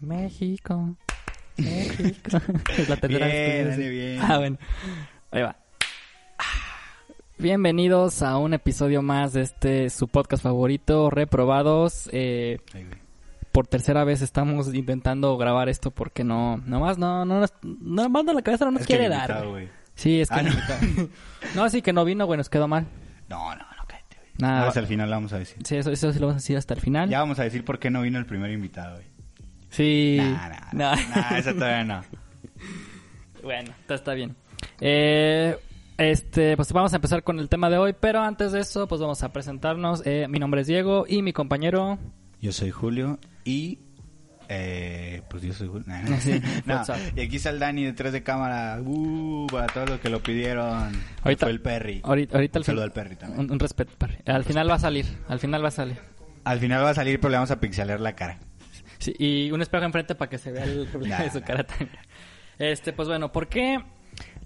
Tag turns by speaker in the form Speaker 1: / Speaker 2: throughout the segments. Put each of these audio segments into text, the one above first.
Speaker 1: México. México. es la tercera vez que
Speaker 2: Bien,
Speaker 1: lo dices.
Speaker 2: Dani, bien.
Speaker 1: Ah, bueno. Ahí va. Bienvenidos a un episodio más de este su podcast favorito, Reprobados. Eh,
Speaker 2: Ahí, güey.
Speaker 1: por tercera vez estamos intentando grabar esto porque no, nomás no, no, nos- no, más no la cabeza no nos
Speaker 2: Es que
Speaker 1: quiere
Speaker 2: el
Speaker 1: dar.
Speaker 2: invitado,
Speaker 1: güey.
Speaker 2: güey.
Speaker 1: Sí, es que
Speaker 2: Ah,
Speaker 1: no.
Speaker 2: no.
Speaker 1: no, así que no vino, güey, nos quedó mal.
Speaker 2: No, no, no, cállate, güey.
Speaker 1: Nada.
Speaker 2: Hasta el final lo vamos a decir.
Speaker 1: Sí, eso, eso sí lo vamos a decir hasta el final.
Speaker 2: Ya vamos a decir por qué no vino el primer invitado, güey.
Speaker 1: Sí.
Speaker 2: Nah, nah,
Speaker 1: No.
Speaker 2: nah, esa todavía no.
Speaker 1: Bueno, está, está bien. Eh, este, pues vamos a empezar con el tema de hoy, pero antes de eso, pues vamos a presentarnos. Eh, mi nombre es Diego y mi compañero.
Speaker 2: Yo soy Julio y... Eh, pues yo soy Julio. Nah, nah.
Speaker 1: Sí,
Speaker 2: No,
Speaker 1: what's up.
Speaker 2: Y aquí está el Dani detrás de cámara. Uh, para todos los que lo pidieron. Fue el Perry.
Speaker 1: Ahorita, ahorita
Speaker 2: Un
Speaker 1: al fin-
Speaker 2: saludo al Perry también.
Speaker 1: Un, un respeto, Perry. Al final va a salir, al final va a salir.
Speaker 2: Al final va a salir, pero le vamos a pixelar la cara.
Speaker 1: Sí, y un espejo enfrente para que se vea el problema
Speaker 2: Nah,
Speaker 1: de su
Speaker 2: nah.
Speaker 1: cara también. Este, pues bueno, ¿por qué?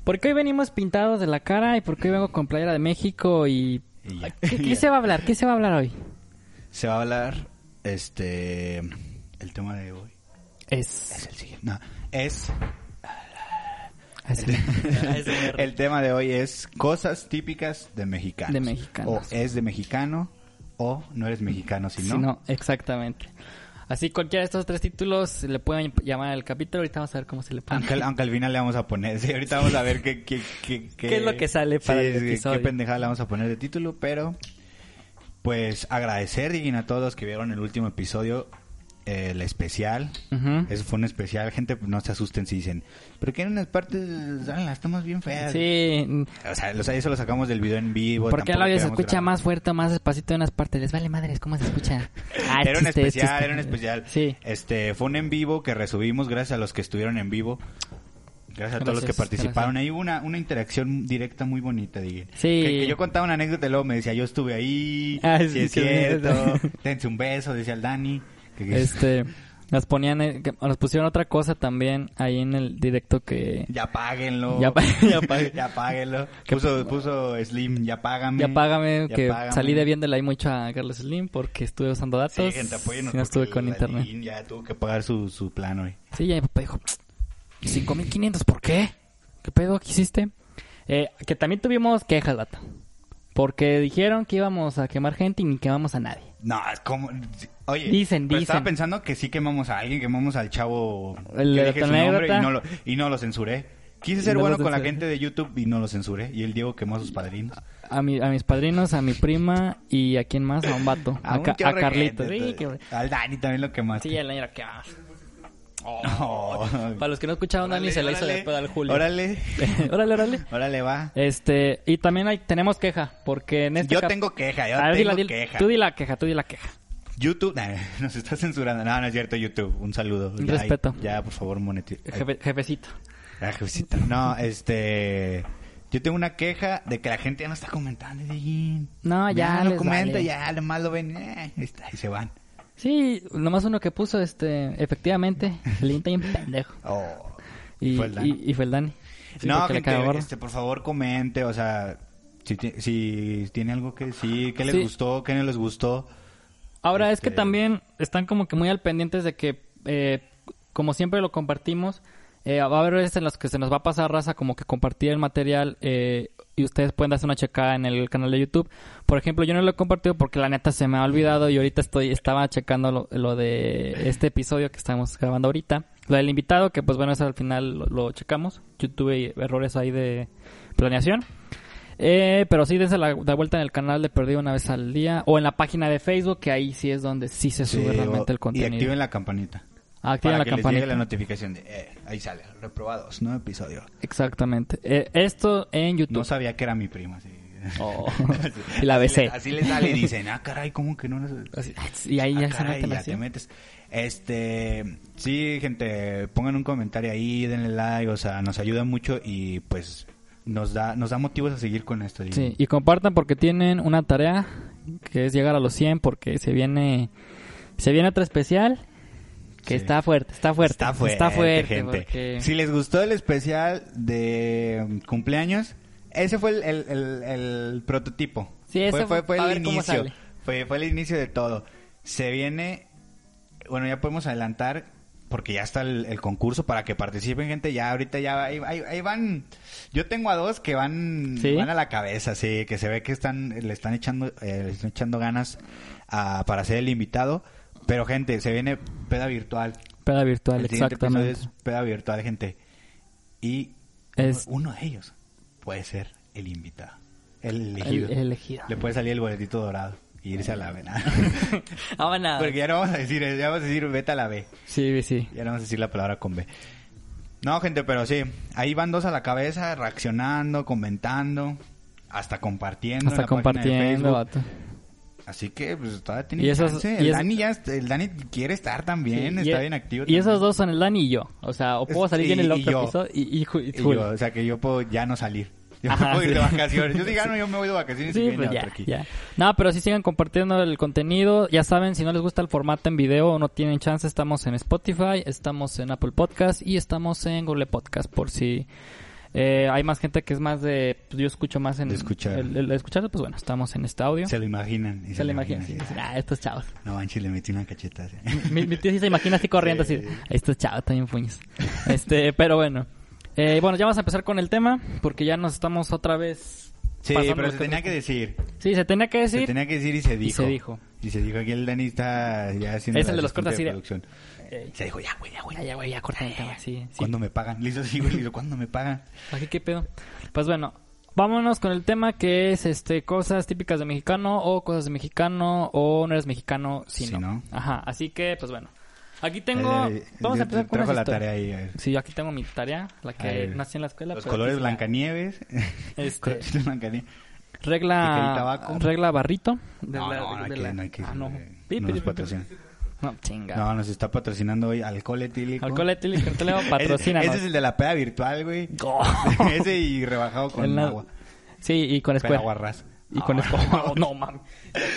Speaker 1: ¿Por qué hoy venimos pintados de la cara y por qué hoy vengo con playera de México y...
Speaker 2: Y ya.
Speaker 1: ¿Qué, qué se va a hablar? ¿Qué se va a hablar hoy?
Speaker 2: Se va a hablar, este, el tema de hoy.
Speaker 1: Es...
Speaker 2: Es el siguiente. No, es,
Speaker 1: es-
Speaker 2: el tema de hoy es cosas típicas de mexicanos.
Speaker 1: De mexicanos.
Speaker 2: O es de mexicano, o no eres mexicano si
Speaker 1: Si
Speaker 2: no.
Speaker 1: no. exactamente. Así cualquiera de estos tres títulos le pueden llamar al capítulo. Ahorita vamos a ver cómo se le pone.
Speaker 2: Aunque, al- aunque al final le vamos a poner, sí, ahorita vamos a ver qué, qué, qué,
Speaker 1: ¿Qué es lo que sale para el
Speaker 2: sí, qué-
Speaker 1: episodio?
Speaker 2: Qué pendejada le vamos a poner de título, pero pues agradecer, Diguin, a todos los que vieron el último episodio, eh, el especial,
Speaker 1: Ujú.
Speaker 2: Eso fue un especial. Gente, pues, no se asusten si dicen, pero que en unas partes salen las tomas bien feas.
Speaker 1: Sí, mm,
Speaker 2: O sea, los- eso lo sacamos del video en vivo.
Speaker 1: porque el
Speaker 2: tampoco
Speaker 1: audio se
Speaker 2: queremos
Speaker 1: escucha
Speaker 2: grabar.
Speaker 1: más fuerte o más despacito en unas partes. Les vale madres cómo se escucha. Ah, es
Speaker 2: era un
Speaker 1: chiste, es
Speaker 2: especial,
Speaker 1: chiste.
Speaker 2: era un especial.
Speaker 1: Sí,
Speaker 2: Este, fue un en vivo que resubimos gracias a los que estuvieron en vivo. Gracias a todos los que
Speaker 1: Gracias,
Speaker 2: participaron. Hay una, una interacción directa muy bonita, dije.
Speaker 1: Sí.
Speaker 2: Que, que yo contaba una anécdota y luego me decía, yo estuve ahí,
Speaker 1: Ah,
Speaker 2: si
Speaker 1: sí,
Speaker 2: es
Speaker 1: qué bonito.
Speaker 2: cierto, dense un beso, decía el Dani. Que- que-
Speaker 1: este... Nos ponían... eh, que- Nos pusieron otra cosa también ahí en el directo que...
Speaker 2: Ya páguenlo.
Speaker 1: Ya pa- ya pues,
Speaker 2: páguenlo. ya páguenlo. Puso, puso Slim, ya págame.
Speaker 1: Ya págame,
Speaker 2: Mm, Ya
Speaker 1: que
Speaker 2: págame.
Speaker 1: salí debiéndole ahí mucho a Carlos Slim porque estuve usando datos.
Speaker 2: Sí, gente, apóyenos.
Speaker 1: y no estuve
Speaker 2: porque
Speaker 1: con
Speaker 2: la
Speaker 1: internet.
Speaker 2: Lin Ya tuvo que pagar su, su plan hoy.
Speaker 1: Sí, ya mi papá dijo, 5500, ¿por qué? ¿Qué pedo que hiciste? Eh, que también tuvimos quejas, vato. Porque dijeron que íbamos a quemar gente y ni quemamos a nadie.
Speaker 2: No, es como... Oye,
Speaker 1: Dicen,
Speaker 2: pero estaba
Speaker 1: dicen.
Speaker 2: pensando que sí quemamos a alguien, quemamos al chavo
Speaker 1: El
Speaker 2: que
Speaker 1: de la
Speaker 2: dije su
Speaker 1: anécdota.
Speaker 2: nombre y no, lo, y no lo censuré. Quise
Speaker 1: Y
Speaker 2: ser
Speaker 1: no
Speaker 2: bueno
Speaker 1: lo
Speaker 2: con la
Speaker 1: censuré.
Speaker 2: gente de YouTube y no lo censuré. Y el Diego quemó a sus padrinos.
Speaker 1: A, mi- a mis padrinos, a mi prima y a quién más, a un vato. A,
Speaker 2: un
Speaker 1: Ca-
Speaker 2: chorro
Speaker 1: a
Speaker 2: de
Speaker 1: Carlitos.
Speaker 2: gente,
Speaker 1: Sí,
Speaker 2: entonces.
Speaker 1: que-
Speaker 2: Al Dani también lo quemaste.
Speaker 1: sí, el año era que- ah.
Speaker 2: No.
Speaker 1: Para los que no escucharon, Dani se le hizo
Speaker 2: Órale,
Speaker 1: de pedo al Julio.
Speaker 2: Órale,
Speaker 1: órale, órale.
Speaker 2: órale, va.
Speaker 1: Este, y también hay, tenemos queja, porque en este
Speaker 2: Yo
Speaker 1: cap-
Speaker 2: tengo queja, yo
Speaker 1: A ver,
Speaker 2: tengo
Speaker 1: dila, dila.
Speaker 2: queja.
Speaker 1: Tú di la queja, tú di la queja.
Speaker 2: YouTube, nah, nos está censurando. No, no es cierto, YouTube. Un saludo.
Speaker 1: Un
Speaker 2: Ya,
Speaker 1: respeto.
Speaker 2: Ya, por favor, monetiza.
Speaker 1: Jefe- jefecito.
Speaker 2: No, este. Yo tengo una queja de que la gente ya no está comentando, Dieguín.
Speaker 1: No, ya
Speaker 2: no
Speaker 1: les
Speaker 2: comenta,
Speaker 1: vale.
Speaker 2: ya, nomás lo ven. eh, ahí está, y se van.
Speaker 1: Sí, nomás uno que puso, este, efectivamente, el Inta y un pendejo.
Speaker 2: Oh.
Speaker 1: Y
Speaker 2: Fue el Dani.
Speaker 1: y- y fue el Dani. Sí,
Speaker 2: no,
Speaker 1: porque le caga
Speaker 2: gente,
Speaker 1: gordo.
Speaker 2: este, por favor, comente. O sea, si, ti- si tiene algo que decir, qué les
Speaker 1: Sí.
Speaker 2: gustó, qué no les gustó.
Speaker 1: Ahora es que
Speaker 2: este-
Speaker 1: también están como que muy al pendientes de que, eh, como siempre lo compartimos, eh, va a haber veces en las que se nos va a pasar raza como que compartir el material eh, y ustedes pueden darse una checada en el canal de YouTube. Por ejemplo, yo no lo he compartido porque la neta se me ha olvidado y ahorita estoy estaba checando lo, lo de este episodio que estamos grabando ahorita. Lo del invitado, que pues bueno, eso al final lo, lo checamos. Yo tuve errores ahí de planeación. Eh, pero sí, dense la, la vuelta en el canal de Perdido una vez al día o en la página de Facebook, que ahí sí es donde sí se sube
Speaker 2: Sí,
Speaker 1: realmente
Speaker 2: eh, o-
Speaker 1: el
Speaker 2: Y
Speaker 1: contenido.
Speaker 2: activen la campanita.
Speaker 1: Activen
Speaker 2: para
Speaker 1: la
Speaker 2: que
Speaker 1: campanita.
Speaker 2: les llegue la notificación de, eh, ahí sale, reprobados, nuevo episodio.
Speaker 1: Exactamente. Eh, esto en
Speaker 2: No
Speaker 1: YouTube.
Speaker 2: sabía que era mi prima, sí.
Speaker 1: Oh. y la
Speaker 2: Así le-
Speaker 1: besé.
Speaker 2: Así le sale y dicen, ah, caray, ¿cómo que no? nos-
Speaker 1: Así- y ahí
Speaker 2: Ah,
Speaker 1: ya se
Speaker 2: caray,
Speaker 1: meten
Speaker 2: ya
Speaker 1: así.
Speaker 2: te metes. Este, sí, gente, pongan un comentario ahí, denle like, o sea, nos ayuda mucho y pues nos da nos da motivos a seguir con esto. digo.
Speaker 1: Sí, y compartan porque tienen una tarea que es llegar a los 100 porque se viene se viene otro especial que
Speaker 2: Sí.
Speaker 1: está fuerte, está fuerte.
Speaker 2: Está fuerte,
Speaker 1: fuerte,
Speaker 2: gente.
Speaker 1: porque-
Speaker 2: Si les gustó el especial de mm, cumpleaños, ese fue el, el- el- el prototipo.
Speaker 1: Sí, ese
Speaker 2: fue,
Speaker 1: fue
Speaker 2: fue, fue
Speaker 1: pa'
Speaker 2: el
Speaker 1: ver cómo
Speaker 2: inicio.
Speaker 1: sale.
Speaker 2: Fue, fue el inicio de todo. Se viene, bueno, ya podemos adelantar porque ya está el, el concurso para que participen gente, ya ahorita ya ahí, ahí- ahí van, yo tengo a dos que van,
Speaker 1: ¿Sí?
Speaker 2: van a la cabeza, sí, que se ve que están, le están echando, eh, le están echando ganas a- para ser el invitado, pero gente, se viene peda virtual.
Speaker 1: Peda virtual,
Speaker 2: el siguiente episodio
Speaker 1: exactamente.
Speaker 2: es peda virtual, gente. Y
Speaker 1: Es-
Speaker 2: uno, uno de ellos puede ser el invitado, el elegido.
Speaker 1: El, el elegido.
Speaker 2: Le puede salir el boletito dorado y irse a la B. nada.
Speaker 1: Ah, bueno.
Speaker 2: Porque ya no vamos a decir, ya vamos a decir vete a la B.
Speaker 1: Sí, sí.
Speaker 2: Ya no vamos a decir la palabra con B. No, gente, pero sí. Ahí van dos a la cabeza, reaccionando, comentando, hasta compartiendo. en
Speaker 1: Hasta
Speaker 2: la página de
Speaker 1: compartiendo,
Speaker 2: Facebook.
Speaker 1: vato.
Speaker 2: Así que, pues, todavía tiene
Speaker 1: Y esos-
Speaker 2: chance.
Speaker 1: y
Speaker 2: El,
Speaker 1: es-
Speaker 2: Dani ya, est- el Dani quiere estar también,
Speaker 1: Sí,
Speaker 2: está
Speaker 1: y- e
Speaker 2: bien activo.
Speaker 1: Y
Speaker 2: también.
Speaker 1: esos dos son el Dani y yo. O sea, o puedo
Speaker 2: Es-
Speaker 1: salir
Speaker 2: y-
Speaker 1: en el
Speaker 2: y
Speaker 1: otro
Speaker 2: yo.
Speaker 1: episodio y, y, Ju- y
Speaker 2: Y yo,
Speaker 1: Julio.
Speaker 2: o sea, que yo puedo ya no salir. Yo
Speaker 1: Ajá,
Speaker 2: puedo ir
Speaker 1: sí.
Speaker 2: de vacaciones. Yo si gano, yo me voy de vacaciones y
Speaker 1: Sí,
Speaker 2: viene
Speaker 1: pues
Speaker 2: otro
Speaker 1: ya,
Speaker 2: aquí.
Speaker 1: ya. No, pero sí sigan compartiendo el contenido. Ya saben, si no les gusta el formato en video o no tienen chance, estamos en Spotify, estamos en Apple Podcast y estamos en Google Podcast por si eh, hay más gente que es más de... pues, yo escucho más en...
Speaker 2: De escuchar.
Speaker 1: El, el- el escuchar, pues bueno, estamos en este audio.
Speaker 2: Se lo imaginan. y
Speaker 1: Se le imagina así,
Speaker 2: imaginan.
Speaker 1: dicen, ah, estos chavos.
Speaker 2: No manches, le metí una cacheta. así.
Speaker 1: Mi, mi tío sí se imagina así corriendo así, estos chavos también puños. Este, pero bueno. Eh, bueno, ya vamos a empezar con el tema porque ya nos estamos otra vez...
Speaker 2: Sí,
Speaker 1: pasando
Speaker 2: pero
Speaker 1: los
Speaker 2: se tenía que decir.
Speaker 1: Sí, se tenía que
Speaker 2: Se
Speaker 1: decir.
Speaker 2: tenía que decir y se dijo.
Speaker 1: se dijo.
Speaker 2: Y se dijo. Aquí el Dani está ya haciendo.
Speaker 1: Es el de
Speaker 2: la
Speaker 1: los cortes
Speaker 2: asistente de
Speaker 1: así
Speaker 2: producción.
Speaker 1: Eh,
Speaker 2: Se dijo, ya, güey, ya, güey.
Speaker 1: Ya, ya, güey, ya corta el tema, sí, sí.
Speaker 2: ¿Cuándo me pagan? Le hizo así, güey. Le hizo, ¿cuándo me pagan?
Speaker 1: Aquí qué pedo. Pues bueno, vámonos con el tema que es este cosas típicas de mexicano o cosas de mexicano o no eres mexicano si,
Speaker 2: Si
Speaker 1: no.
Speaker 2: no.
Speaker 1: Ajá, así que pues bueno. Aquí tengo
Speaker 2: Eh,
Speaker 1: vamos a
Speaker 2: yo
Speaker 1: empezar con
Speaker 2: trajo
Speaker 1: unas
Speaker 2: la
Speaker 1: historias.
Speaker 2: tarea ahí. a ver.
Speaker 1: Sí, yo aquí tengo mi tarea, la
Speaker 2: A
Speaker 1: que
Speaker 2: ver,
Speaker 1: nací en la escuela.
Speaker 2: Los
Speaker 1: pero
Speaker 2: colores
Speaker 1: aquí está.
Speaker 2: Blancanieves.
Speaker 1: Este-
Speaker 2: Colores de Blancanieves. Piqué y
Speaker 1: Regla
Speaker 2: tabaco.
Speaker 1: regla barrito de
Speaker 2: No,
Speaker 1: la-
Speaker 2: no, no hay
Speaker 1: de
Speaker 2: que-
Speaker 1: la-
Speaker 2: no hay que- eh,
Speaker 1: Ah, no.
Speaker 2: no
Speaker 1: Pi,
Speaker 2: nos
Speaker 1: pi, pi, pi.
Speaker 2: patrocina.
Speaker 1: No, chinga.
Speaker 2: No, nos está patrocinando hoy alcohol etílico.
Speaker 1: Alcohol etílico, te leo, patrocínanos.
Speaker 2: Ese, ese es el de la peda virtual, güey. ese y rebajado con
Speaker 1: En la-
Speaker 2: agua.
Speaker 1: Sí, y con
Speaker 2: Peda
Speaker 1: escuela.
Speaker 2: guarras.
Speaker 1: Y con
Speaker 2: Ah,
Speaker 1: escoba. no mames.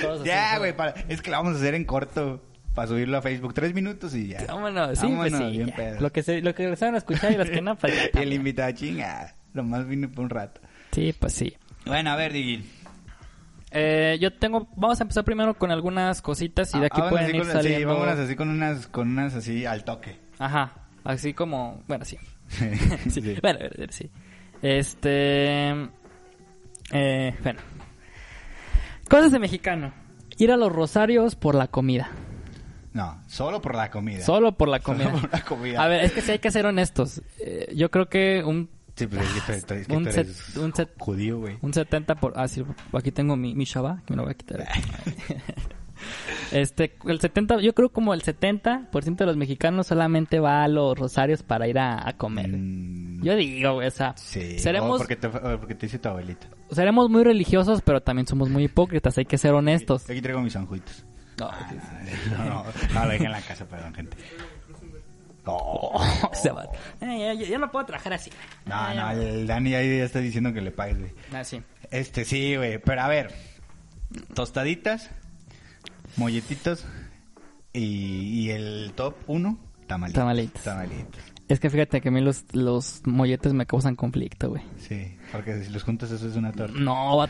Speaker 1: Todos así,
Speaker 2: Ya,
Speaker 1: ¿no?
Speaker 2: güey, para- es que la vamos a hacer en corto para subirlo a Facebook. Tres minutos y ya.
Speaker 1: Vámonos, sí, pues
Speaker 2: Vámonos,
Speaker 1: sí,
Speaker 2: bien
Speaker 1: ya.
Speaker 2: pedo.
Speaker 1: Lo que se, lo que regresaron a escuchar y los que no, pues ya
Speaker 2: Y el
Speaker 1: también.
Speaker 2: invitado, chinga, nomás vino por un rato.
Speaker 1: Sí, pues sí.
Speaker 2: Bueno, a ver, Digil.
Speaker 1: Eh, yo tengo, vamos a empezar primero con algunas cositas y de aquí
Speaker 2: Ah, vámonos
Speaker 1: pueden
Speaker 2: así
Speaker 1: ir
Speaker 2: con-
Speaker 1: saliendo.
Speaker 2: Sí, vámonos así con unas, con unas así al toque.
Speaker 1: Ajá, así como, bueno, sí.
Speaker 2: Sí,
Speaker 1: sí.
Speaker 2: sí.
Speaker 1: Bueno, bueno, sí. Este, eh, bueno. Cosas de mexicano. Ir a los rosarios por la comida.
Speaker 2: No, solo por la comida.
Speaker 1: Solo por la
Speaker 2: Solo
Speaker 1: comida.
Speaker 2: por la comida.
Speaker 1: A ver, es que sí hay que ser honestos. Eh, yo creo que un
Speaker 2: Sí, pues es que, tú- tú- es que
Speaker 1: Un
Speaker 2: tú
Speaker 1: set-
Speaker 2: eres
Speaker 1: un set-
Speaker 2: judío, güey.
Speaker 1: Un 70 por... Ah, sí, aquí tengo mi, mi Shabbat, que me lo voy a quitar. este, el 70... Yo creo como el 70% de los mexicanos solamente va a los rosarios para ir a, a comer.
Speaker 2: Mm,
Speaker 1: Yo digo, güey, o sea...
Speaker 2: Sí.
Speaker 1: seremos,
Speaker 2: o porque te, o porque te dice tu abuelita.
Speaker 1: seremos muy religiosos, pero también somos muy hipócritas. Hay que ser honestos.
Speaker 2: Yo aquí traigo mis anjuitos.
Speaker 1: No,
Speaker 2: No, no, no, lo dejé en la casa, perdón, gente. No,
Speaker 1: se va. Eh, yo, yo no puedo trabajar así.
Speaker 2: no,
Speaker 1: Eh, ah,
Speaker 2: no, el Dani ahí ya está diciendo que le pagues, güey.
Speaker 1: Así.
Speaker 2: Este sí, güey, pero a ver. Tostaditas, molletitos y, y el top uno, tamalitos.
Speaker 1: Tamalitos. Es que fíjate que a mí los, los molletes me causan conflicto, güey.
Speaker 2: Sí, porque si los juntas eso es una torta.
Speaker 1: No, va-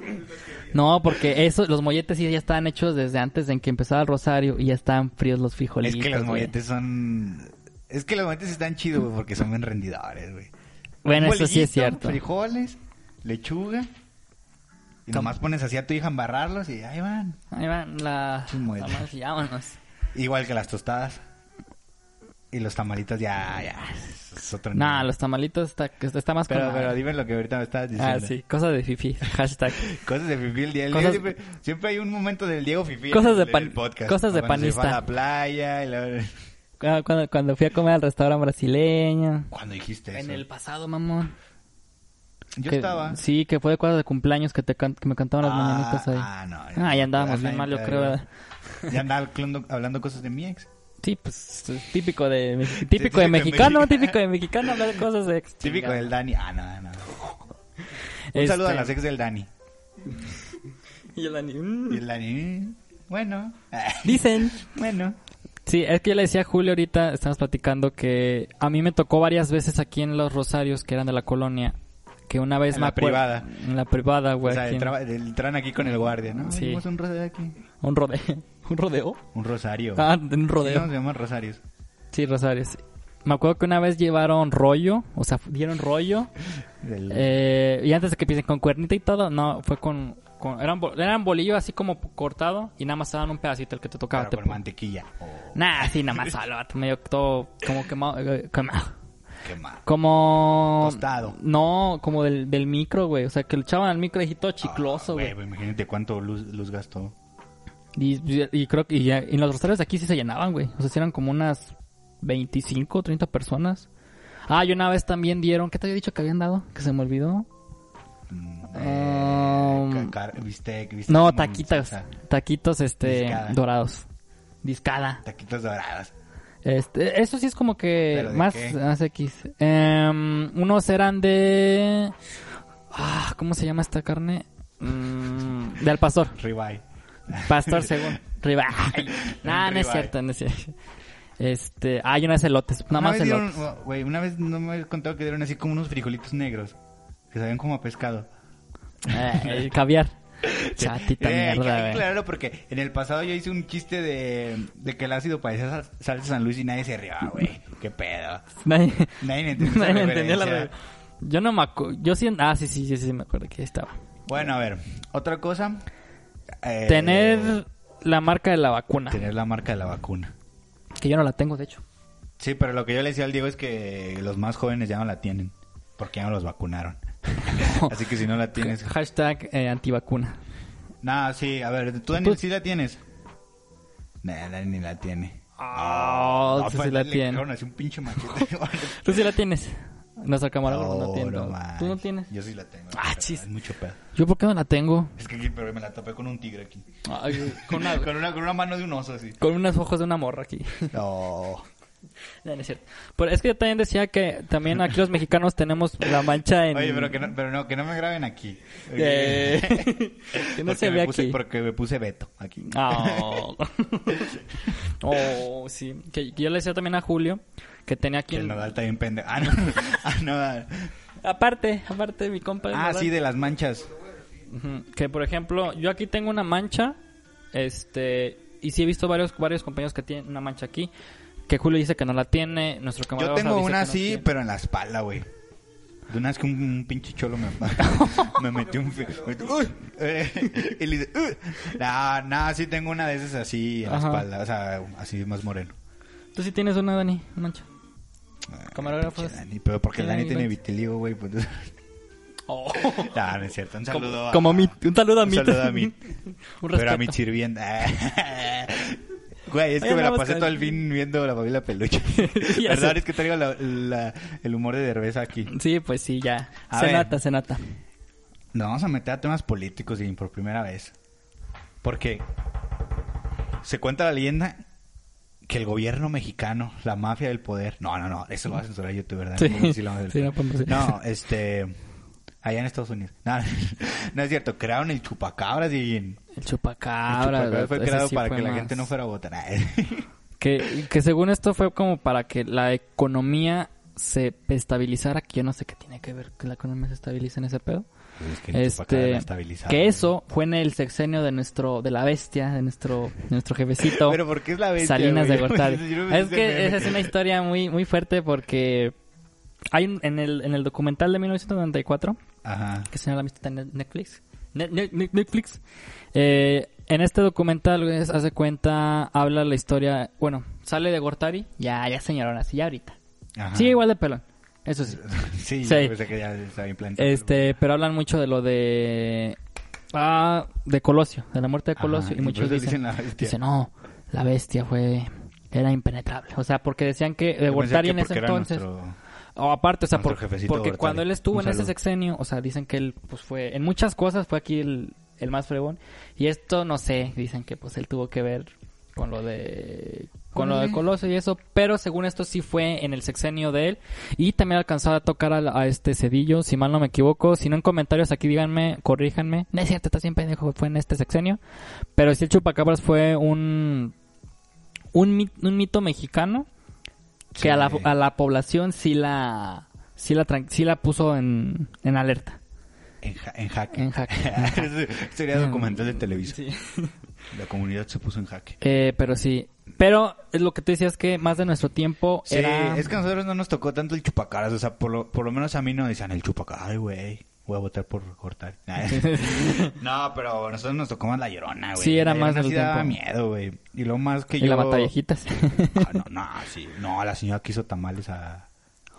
Speaker 1: no, porque eso, los molletes sí ya estaban hechos desde antes de en que empezaba el rosario y ya estaban fríos los frijolitos.
Speaker 2: es que los
Speaker 1: güey.
Speaker 2: molletes son... Es que los molletes están chidos, güey, porque son bien rendidores, güey.
Speaker 1: Bueno,
Speaker 2: Un
Speaker 1: eso sí es
Speaker 2: bolillito,
Speaker 1: cierto.
Speaker 2: frijoles, lechuga. Y nomás pones así a tu hija a embarrarlos y ahí van.
Speaker 1: Ahí van la,
Speaker 2: Sí, molletes.
Speaker 1: la más- ya, vámonos.
Speaker 2: Igual que las tostadas. Y los tamalitos ya, ya. Es otro
Speaker 1: Nah,
Speaker 2: nivel.
Speaker 1: los tamalitos está, está más
Speaker 2: Pero,
Speaker 1: con
Speaker 2: pero
Speaker 1: madre.
Speaker 2: dime lo que ahorita me estabas diciendo.
Speaker 1: Ah, sí, cosas de fifi, hashtag.
Speaker 2: Cosas de Fifi el Diego.
Speaker 1: Cosas-
Speaker 2: Siempre, siempre hay un momento del Diego Fifi.
Speaker 1: Cosas de
Speaker 2: en el
Speaker 1: pan-
Speaker 2: podcast.
Speaker 1: cosas de
Speaker 2: Cuando se fue
Speaker 1: panista.
Speaker 2: a la playa. y la-
Speaker 1: Ah, Cuando, cuando fui a comer al restaurante brasileño.
Speaker 2: Cuando dijiste eso.
Speaker 1: En el pasado, mamón.
Speaker 2: Yo
Speaker 1: Que-
Speaker 2: estaba.
Speaker 1: Sí, que fue de cuadro de cumpleaños que, te can- que me cantaban las
Speaker 2: Ah,
Speaker 1: mañanitas ahí.
Speaker 2: Ah, no.
Speaker 1: Ah, ya andábamos bien
Speaker 2: ya
Speaker 1: mal, yo
Speaker 2: ya-
Speaker 1: creo. ¿verdad?
Speaker 2: Ya andaba hablando, hablando cosas de mi ex.
Speaker 1: Sí, pues es típico de mex- típico de
Speaker 2: de
Speaker 1: mexicano,
Speaker 2: mexicano.
Speaker 1: típico de mexicano hablar de cosas de
Speaker 2: Típico del Dani. Ah, no, no. Un
Speaker 1: Este,
Speaker 2: saludo a las ex del Dani.
Speaker 1: y el Dani, mm,
Speaker 2: Y el Dani. mm, Bueno.
Speaker 1: Dicen.
Speaker 2: bueno.
Speaker 1: Sí, es que yo le decía a Julio ahorita, estamos platicando que a mí me tocó varias veces aquí en los Rosarios que eran de la colonia, que una vez
Speaker 2: En
Speaker 1: me
Speaker 2: la
Speaker 1: acuerdo-
Speaker 2: privada.
Speaker 1: en la privada,
Speaker 2: O
Speaker 1: güey,
Speaker 2: sea,
Speaker 1: aquí en-
Speaker 2: traba- el tran aquí con el guardia, ¿no?
Speaker 1: Sí.
Speaker 2: Hicimos un rodeo aquí.
Speaker 1: un rodeo, un rodeo.
Speaker 2: Un rosario.
Speaker 1: Ah, un rodeo.
Speaker 2: Sí, no, se llaman rosarios.
Speaker 1: Sí, Sí, Rosarios. Me acuerdo que una vez llevaron rollo, o sea, dieron rollo.
Speaker 2: Del-
Speaker 1: eh, y antes de que pisen con cuernita y todo, no, fue con. con eran, bo- eran bolillo así como cortado y nada más daban un pedacito el que te tocaba.
Speaker 2: pero
Speaker 1: te
Speaker 2: con
Speaker 1: pon-
Speaker 2: mantequilla. Oh,
Speaker 1: Nah, sí, nada más solo, vato, medio todo como quemado. eh, quemado.
Speaker 2: qué mal.
Speaker 1: Como.
Speaker 2: Tostado.
Speaker 1: No, como del, del micro, güey. O sea, que lo echaban al micro y todo
Speaker 2: Ah,
Speaker 1: chicloso, güey.
Speaker 2: pues Imagínate cuánto luz, luz gastó.
Speaker 1: Y, y- y creo que y, ya- y los rosarios de aquí sí se llenaban, güey. O sea, sí eran como unas 25, 30 personas. Ah, y una vez también dieron. ¿Qué te había dicho que habían dado? Que se me olvidó.
Speaker 2: Mm, eh,
Speaker 1: Um,
Speaker 2: ca- car- bistec, bistec
Speaker 1: No,
Speaker 2: con
Speaker 1: taquitos.
Speaker 2: salsa.
Speaker 1: Taquitos, este,
Speaker 2: Discada.
Speaker 1: dorados. Discada.
Speaker 2: Taquitos dorados.
Speaker 1: Este, eso sí es como que
Speaker 2: ¿Pero de
Speaker 1: más,
Speaker 2: qué?
Speaker 1: más X. Em, unos eran de... Ah, ¿Cómo se llama esta carne? Mm, de al pastor.
Speaker 2: Ribeye.
Speaker 1: Pastor según. Ribeye. Nah,
Speaker 2: Un
Speaker 1: no es
Speaker 2: ribeye.
Speaker 1: cierto, no es cierto. Este, hay unas elotes, nada
Speaker 2: Una
Speaker 1: más
Speaker 2: vez dieron-
Speaker 1: elotes.
Speaker 2: oh, güey, una vez no me habías contado que dieron así como unos frijolitos negros. Que sabían como a pescado.
Speaker 1: Eh, el caviar. Chatita
Speaker 2: Eh, hay que- hay
Speaker 1: mierda,
Speaker 2: que
Speaker 1: güey.
Speaker 2: aclararlo porque en el pasado yo hice un chiste de, de que el ácido parecía sal- salsa San Luis y nadie se rió, güey. Qué pedo.
Speaker 1: Nadie,
Speaker 2: Nadie me entendió.
Speaker 1: nadie
Speaker 2: esa
Speaker 1: me entendió la
Speaker 2: referencia.
Speaker 1: re- Yo no me acuerdo. Yo sí. Ah, sí, sí, sí, sí, me acuerdo que ahí estaba.
Speaker 2: Bueno, a ver, otra cosa. eh,
Speaker 1: Tener la marca de la vacuna.
Speaker 2: Tener la marca de la vacuna.
Speaker 1: Que yo no la tengo, de hecho.
Speaker 2: Sí, pero lo que yo le decía al Diego es que los más jóvenes ya no la tienen. Porque ya no los vacunaron. Así que si no la tienes.
Speaker 1: Hashtag eh, antivacuna.
Speaker 2: No, sí, a ver, tú,
Speaker 1: Pues
Speaker 2: Daniel, sí la tienes. Nah, Dani ni la tiene.
Speaker 1: Ah,
Speaker 2: No,
Speaker 1: tú
Speaker 2: fue-
Speaker 1: sí la
Speaker 2: le
Speaker 1: tienes.
Speaker 2: clavaron así un pinche machete.
Speaker 1: Tú sí la tienes. Nuestra camarógrafo no, tiene.
Speaker 2: Oh, manches.
Speaker 1: Tú no tienes.
Speaker 2: Yo sí la tengo.
Speaker 1: Ah,
Speaker 2: pero
Speaker 1: chis.
Speaker 2: Es mucho pedo.
Speaker 1: Yo, ¿por qué no la tengo?
Speaker 2: Es que aquí, pero me la tapé con un tigre aquí.
Speaker 1: Ay, con, una-
Speaker 2: con, una, con una mano de un oso así.
Speaker 1: con unos ojos de una morra aquí.
Speaker 2: No.
Speaker 1: No, no es cierto. Pero es que yo también decía que también aquí los mexicanos tenemos la mancha en.
Speaker 2: Oye, pero que no, pero no, que no me graben aquí.
Speaker 1: Eh, que no
Speaker 2: Porque
Speaker 1: se
Speaker 2: me
Speaker 1: ve
Speaker 2: puse-
Speaker 1: aquí.
Speaker 2: Porque me puse Beto aquí.
Speaker 1: Oh. oh, sí. Que, que yo le decía también a Julio que tenía aquí.
Speaker 2: Que el
Speaker 1: un-
Speaker 2: nodal está bien pendejo. Ah, no. Ah, Nodal.
Speaker 1: Aparte, aparte, mi compa. el
Speaker 2: Ah,
Speaker 1: Nodal.
Speaker 2: sí, de las manchas.
Speaker 1: Ujú. Que por ejemplo, yo aquí tengo una mancha, este, y sí he visto varios varios compañeros que tienen una mancha aquí, que Julio dice que no la tiene, nuestro
Speaker 2: Yo
Speaker 1: camarógrafo
Speaker 2: tengo
Speaker 1: dice
Speaker 2: una
Speaker 1: que no
Speaker 2: así,
Speaker 1: tiene.
Speaker 2: pero en la espalda, güey. De una vez que un, un pinche cholo me, me metió un... fi- me metió- ¡Uy! Eh, y le dice... ¡Uy! No, no, sí tengo una de esas así en
Speaker 1: Ajá.
Speaker 2: la espalda. O sea, así más moreno.
Speaker 1: Tú sí tienes una, Dani, mancha.
Speaker 2: Ah,
Speaker 1: Camarógrafos.
Speaker 2: pinche Dani, pero porque el
Speaker 1: Dani
Speaker 2: Dani tiene
Speaker 1: Mancha.
Speaker 2: vitiligo, güey. Pues...
Speaker 1: Oh.
Speaker 2: No, no es cierto. Un saludo
Speaker 1: Como,
Speaker 2: a...
Speaker 1: como mi, un saludo a
Speaker 2: un
Speaker 1: mí.
Speaker 2: saludo a mí.
Speaker 1: un
Speaker 2: Pero a
Speaker 1: respeto.
Speaker 2: mi sirvienta. Güey, es que
Speaker 1: Ahí
Speaker 2: me la
Speaker 1: andamos
Speaker 2: pasé
Speaker 1: con-
Speaker 2: todo el fin viendo la familia peluche.
Speaker 1: Ya
Speaker 2: Perdón,
Speaker 1: sé.
Speaker 2: es que traigo la- la- el humor de cerveza aquí.
Speaker 1: Sí, pues sí, ya.
Speaker 2: A
Speaker 1: se
Speaker 2: ver.
Speaker 1: nota, se nota.
Speaker 2: Nos vamos a meter a temas políticos y por primera vez. Porque se cuenta la leyenda que el gobierno mexicano, la mafia del poder. No, no, no, eso lo va a censurar YouTube, ¿verdad?
Speaker 1: Sí.
Speaker 2: No, sí lo vamos a
Speaker 1: Sí, no podemos decir.
Speaker 2: No, este. Allá en Estados Unidos. No, no es cierto, crearon el chupacabras y. El
Speaker 1: El chupacabra.
Speaker 2: chupacabras fue
Speaker 1: Ah, ese
Speaker 2: creado
Speaker 1: sí
Speaker 2: para
Speaker 1: fue
Speaker 2: que la
Speaker 1: más.
Speaker 2: gente no fuera a votar.
Speaker 1: Que, que según esto fue como para que la economía se estabilizara, que yo no sé qué tiene que ver que la economía se estabilice en ese pedo.
Speaker 2: Es que el chupacabras
Speaker 1: este
Speaker 2: la estabilizaba.
Speaker 1: que eso fue en el sexenio de nuestro de la bestia de nuestro de nuestro jefecito
Speaker 2: Pero porque es la bestia.
Speaker 1: Salinas
Speaker 2: güey?
Speaker 1: de Gortari
Speaker 2: Yo no me
Speaker 1: es
Speaker 2: hice
Speaker 1: que
Speaker 2: meme.
Speaker 1: esa es una historia muy muy fuerte porque hay un- en el en el documental de 1994
Speaker 2: Ajá.
Speaker 1: que se llama la amistad en Netflix Ne- Ne- Ne- Netflix eh, en este documental güey, es- hace cuenta habla la historia bueno sale de Gortari ya ya señorona sí ya ahorita
Speaker 2: Ajá.
Speaker 1: sí igual de pelón eso sí
Speaker 2: Sí,
Speaker 1: Sí.
Speaker 2: yo pensé que ya estaba implantado.
Speaker 1: Este, pero hablan mucho de lo de. Ah, de Colosio, de la muerte de
Speaker 2: Ajá,
Speaker 1: Colosio.
Speaker 2: y
Speaker 1: y muchos
Speaker 2: por eso
Speaker 1: dicen.
Speaker 2: dicen la bestia.
Speaker 1: dicen, no, la bestia fue. Era impenetrable. O sea, porque decían que de
Speaker 2: Yo pensé
Speaker 1: Gortari
Speaker 2: que
Speaker 1: en ese
Speaker 2: porque era
Speaker 1: entonces.
Speaker 2: nuestro-
Speaker 1: O aparte, o sea,
Speaker 2: nuestro
Speaker 1: por-
Speaker 2: jefecito
Speaker 1: porque
Speaker 2: Gortari.
Speaker 1: cuando él estuvo
Speaker 2: Un
Speaker 1: en ese
Speaker 2: saludo.
Speaker 1: sexenio, o sea, dicen que él pues fue. En muchas cosas fue aquí el, el más fregón. Y esto, no sé, dicen que pues él tuvo que ver con lo de. Con lo de
Speaker 2: Órale.
Speaker 1: Colosio y eso, pero según esto sí fue en el sexenio de él y también alcanzó a tocar al- a, este Cedillo, si mal no me equivoco. Si no en comentarios aquí díganme, corríjanme. No es cierto, está bien pendejo, fue en este sexenio. Pero sí el Chupacabras fue un, un, mit- un mito mexicano que
Speaker 2: Sí.
Speaker 1: a, la, a la población sí la, sí la, tran- sí la puso en, en alerta.
Speaker 2: En, ja- en jaque.
Speaker 1: En jaque.
Speaker 2: Ese Sería documental de Televisa.
Speaker 1: Mm. Sí.
Speaker 2: La comunidad se puso en jaque.
Speaker 1: Eh, pero sí, Pero es lo que tú decías que más de nuestro tiempo
Speaker 2: Sí,
Speaker 1: era...
Speaker 2: es que a nosotros no nos tocó tanto el chupacaras. O sea, por lo, por lo menos a mí no decían el chupacaras. Ay, güey, voy a votar por cortar. no, pero a nosotros nos tocó más la llorona, güey.
Speaker 1: Sí, era
Speaker 2: La
Speaker 1: más
Speaker 2: llorona
Speaker 1: del
Speaker 2: sí daba
Speaker 1: tiempo.
Speaker 2: miedo, güey. Y lo más que
Speaker 1: Y
Speaker 2: yo...
Speaker 1: la batallejitas.
Speaker 2: Ah, no, no, sí. No, la señora que hizo tamales a,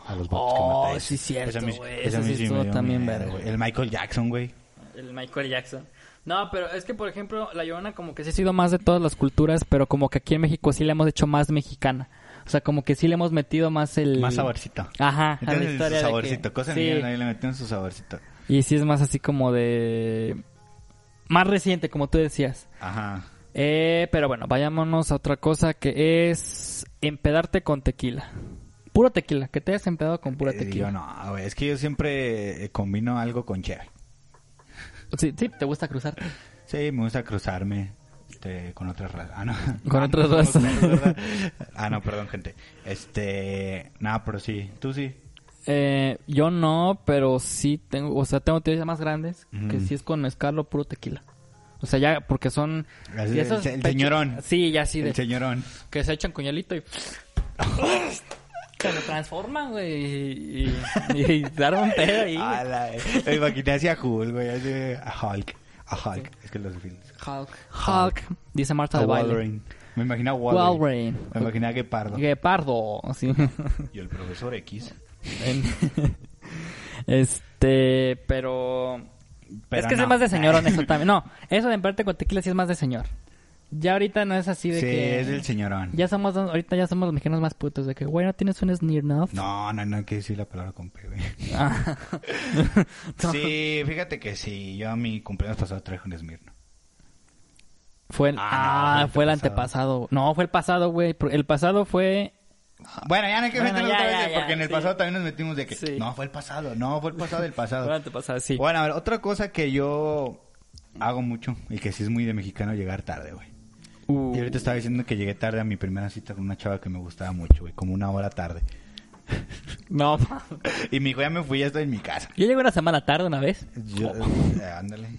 Speaker 2: a los vatos
Speaker 1: Oh,
Speaker 2: que matáis.
Speaker 1: sí, cierto,
Speaker 2: Esa a mí-
Speaker 1: güey.
Speaker 2: esa a
Speaker 1: Eso
Speaker 2: mí
Speaker 1: sí
Speaker 2: me
Speaker 1: estuvo
Speaker 2: dio
Speaker 1: también
Speaker 2: miedo,
Speaker 1: verga.
Speaker 2: güey. El Michael Jackson, güey.
Speaker 1: El Michael Jackson. No, pero es que, por ejemplo, La Llorona como que sí ha sido más de todas las culturas, pero como que aquí en México sí la hemos hecho más mexicana. O sea, como que sí le hemos metido más el...
Speaker 2: Más saborcito.
Speaker 1: Ajá, a la
Speaker 2: Entonces,
Speaker 1: historia
Speaker 2: su
Speaker 1: de
Speaker 2: saborcito.
Speaker 1: que-
Speaker 2: Cosa
Speaker 1: sí.
Speaker 2: niña, nadie le metió en su saborcito.
Speaker 1: Y sí es más así como de... Más reciente, como tú decías.
Speaker 2: Ajá.
Speaker 1: Eh, pero bueno, vayámonos a otra cosa que es empedarte con tequila. Puro tequila, que te hayas empedado con pura
Speaker 2: Eh,
Speaker 1: tequila.
Speaker 2: Yo no, güey. Es que yo siempre eh, combino algo con cheve.
Speaker 1: Sí, sí, te gusta cruzarte.
Speaker 2: Sí, me gusta cruzarme este, con otras razas. Ah, no.
Speaker 1: Con
Speaker 2: Ah,
Speaker 1: otras
Speaker 2: no,
Speaker 1: razas.
Speaker 2: con otras razas. ah, no, perdón, gente. Este. Nada, pero sí. Tú sí.
Speaker 1: Eh, yo no, pero sí tengo, o sea, tengo teorías más grandes que
Speaker 2: Ujú.
Speaker 1: sí es con mezcal o puro tequila. O sea, ya, porque son...
Speaker 2: El-
Speaker 1: y esos
Speaker 2: el- el
Speaker 1: pecho-
Speaker 2: señorón.
Speaker 1: Sí, ya sí, de-
Speaker 2: El señorón.
Speaker 1: que se echan cuñalito y... Se lo transforman, güey, y, y, y se arma un pedo ahí.
Speaker 2: Ah, la, me imaginé hacia Hulk, güey. así, A Hulk. A Hulk. Es que los films.
Speaker 1: Hulk. Hulk. Dice Marta
Speaker 2: A
Speaker 1: de baile.
Speaker 2: Wolverine. Me imaginé a Wolverine.
Speaker 1: Wolverine.
Speaker 2: Me imaginé a Gepardo.
Speaker 1: Guepardo. así.
Speaker 2: Y el profesor X.
Speaker 1: En- este, pero...
Speaker 2: Pero
Speaker 1: es que
Speaker 2: no.
Speaker 1: es más de señor, eso también. No, eso de emparte con tequila sí es más de señor. Ya ahorita no es así de
Speaker 2: Sí,
Speaker 1: que...
Speaker 2: es el señorón.
Speaker 1: Ya somos, ahorita ya somos los mexicanos más putos de que, güey, no tienes un Smirnoff.
Speaker 2: No, no, no hay que decir la palabra con P, güey.
Speaker 1: Ah. No.
Speaker 2: Sí, fíjate que sí. Yo a mi cumpleaños pasado traje un Esmirno.
Speaker 1: Fue el,
Speaker 2: Ah,
Speaker 1: ah,
Speaker 2: no,
Speaker 1: fue el
Speaker 2: antepasado.
Speaker 1: antepasado. No, fue el pasado, güey. por- El pasado fue...
Speaker 2: Bueno, ya no hay que
Speaker 1: Ah. Bueno,
Speaker 2: meterlo
Speaker 1: ya,
Speaker 2: otra vez,
Speaker 1: ya,
Speaker 2: güey,
Speaker 1: ya,
Speaker 2: porque en el
Speaker 1: sí.
Speaker 2: pasado también nos metimos de que
Speaker 1: Sí.
Speaker 2: no, fue el pasado, no, fue el pasado del
Speaker 1: Fue el
Speaker 2: pasado.
Speaker 1: antepasado, sí.
Speaker 2: Bueno, a ver, otra cosa que yo hago mucho y que sí es muy de mexicano llegar tarde, güey.
Speaker 1: Uh.
Speaker 2: Y ahorita estaba diciendo que llegué tarde a mi primera cita con una chava que me gustaba mucho, güey, como una hora tarde.
Speaker 1: No,
Speaker 2: Y me dijo, ya me fui, ya estoy en mi casa.
Speaker 1: yo llegué una semana tarde una vez.
Speaker 2: Yo, eh, ándale.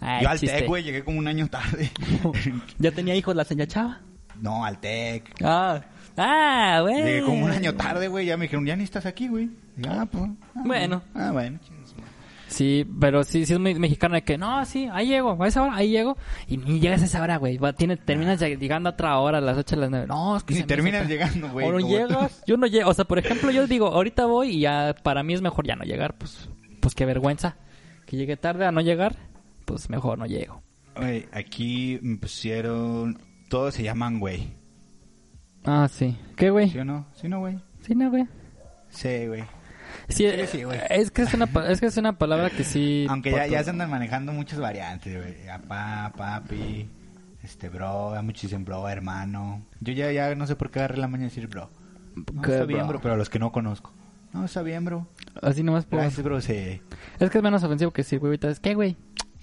Speaker 1: Ay,
Speaker 2: yo al
Speaker 1: Ah, chiste.
Speaker 2: TEC, güey, llegué como un año tarde.
Speaker 1: ya tenía hijos la señora chava.
Speaker 2: no, al TEC.
Speaker 1: Ah, ah, güey.
Speaker 2: Llegué como un año tarde, güey, ya me dijeron, ya ni estás aquí, güey. Y, Ah, pues. ah,
Speaker 1: Bueno.
Speaker 2: Ah, bueno. chingas, güey.
Speaker 1: Sí, pero sí, sí es muy mexicana de que no, sí, ahí llego, a esa hora, ahí llego. Y ni llegas a esa hora, güey. Va, tiene- Terminas lleg- llegando a otra hora, a las 8, a las 9. No, es que.
Speaker 2: Ni
Speaker 1: se me
Speaker 2: Ah. terminas
Speaker 1: hizo tarde.
Speaker 2: llegando, güey,
Speaker 1: O no
Speaker 2: como
Speaker 1: llegas. Yo no llego. O sea, por ejemplo, yo digo, ahorita voy y ya para mí es mejor ya no llegar. Pues, pues qué vergüenza. Que llegue tarde a no llegar, pues mejor no llego.
Speaker 2: Güey, aquí me pusieron. Todos se llaman güey.
Speaker 1: Ah, sí. ¿Qué, güey?
Speaker 2: ¿Sí o no? ¿Sí o no, güey?
Speaker 1: Sí, no, güey.
Speaker 2: Sí, güey.
Speaker 1: Sí,
Speaker 2: Sí, sí, güey.
Speaker 1: eh, es que es una, pa- es que es una palabra que sí.
Speaker 2: Aunque ya,
Speaker 1: por
Speaker 2: ya
Speaker 1: tu-
Speaker 2: se andan manejando muchas variantes, güey. Apá, papi, este bro, ya muchos dicen bro, hermano. Yo ya, ya no sé por qué agarré la maña de decir bro. No,
Speaker 1: ¿Qué,
Speaker 2: está bien,
Speaker 1: bro?
Speaker 2: bro, pero a los que no conozco. No, está bien, bro.
Speaker 1: Así nomás por.
Speaker 2: Gracias, bro, sí.
Speaker 1: Es que es menos ofensivo que decir, güey, ahorita es, ¿qué, güey?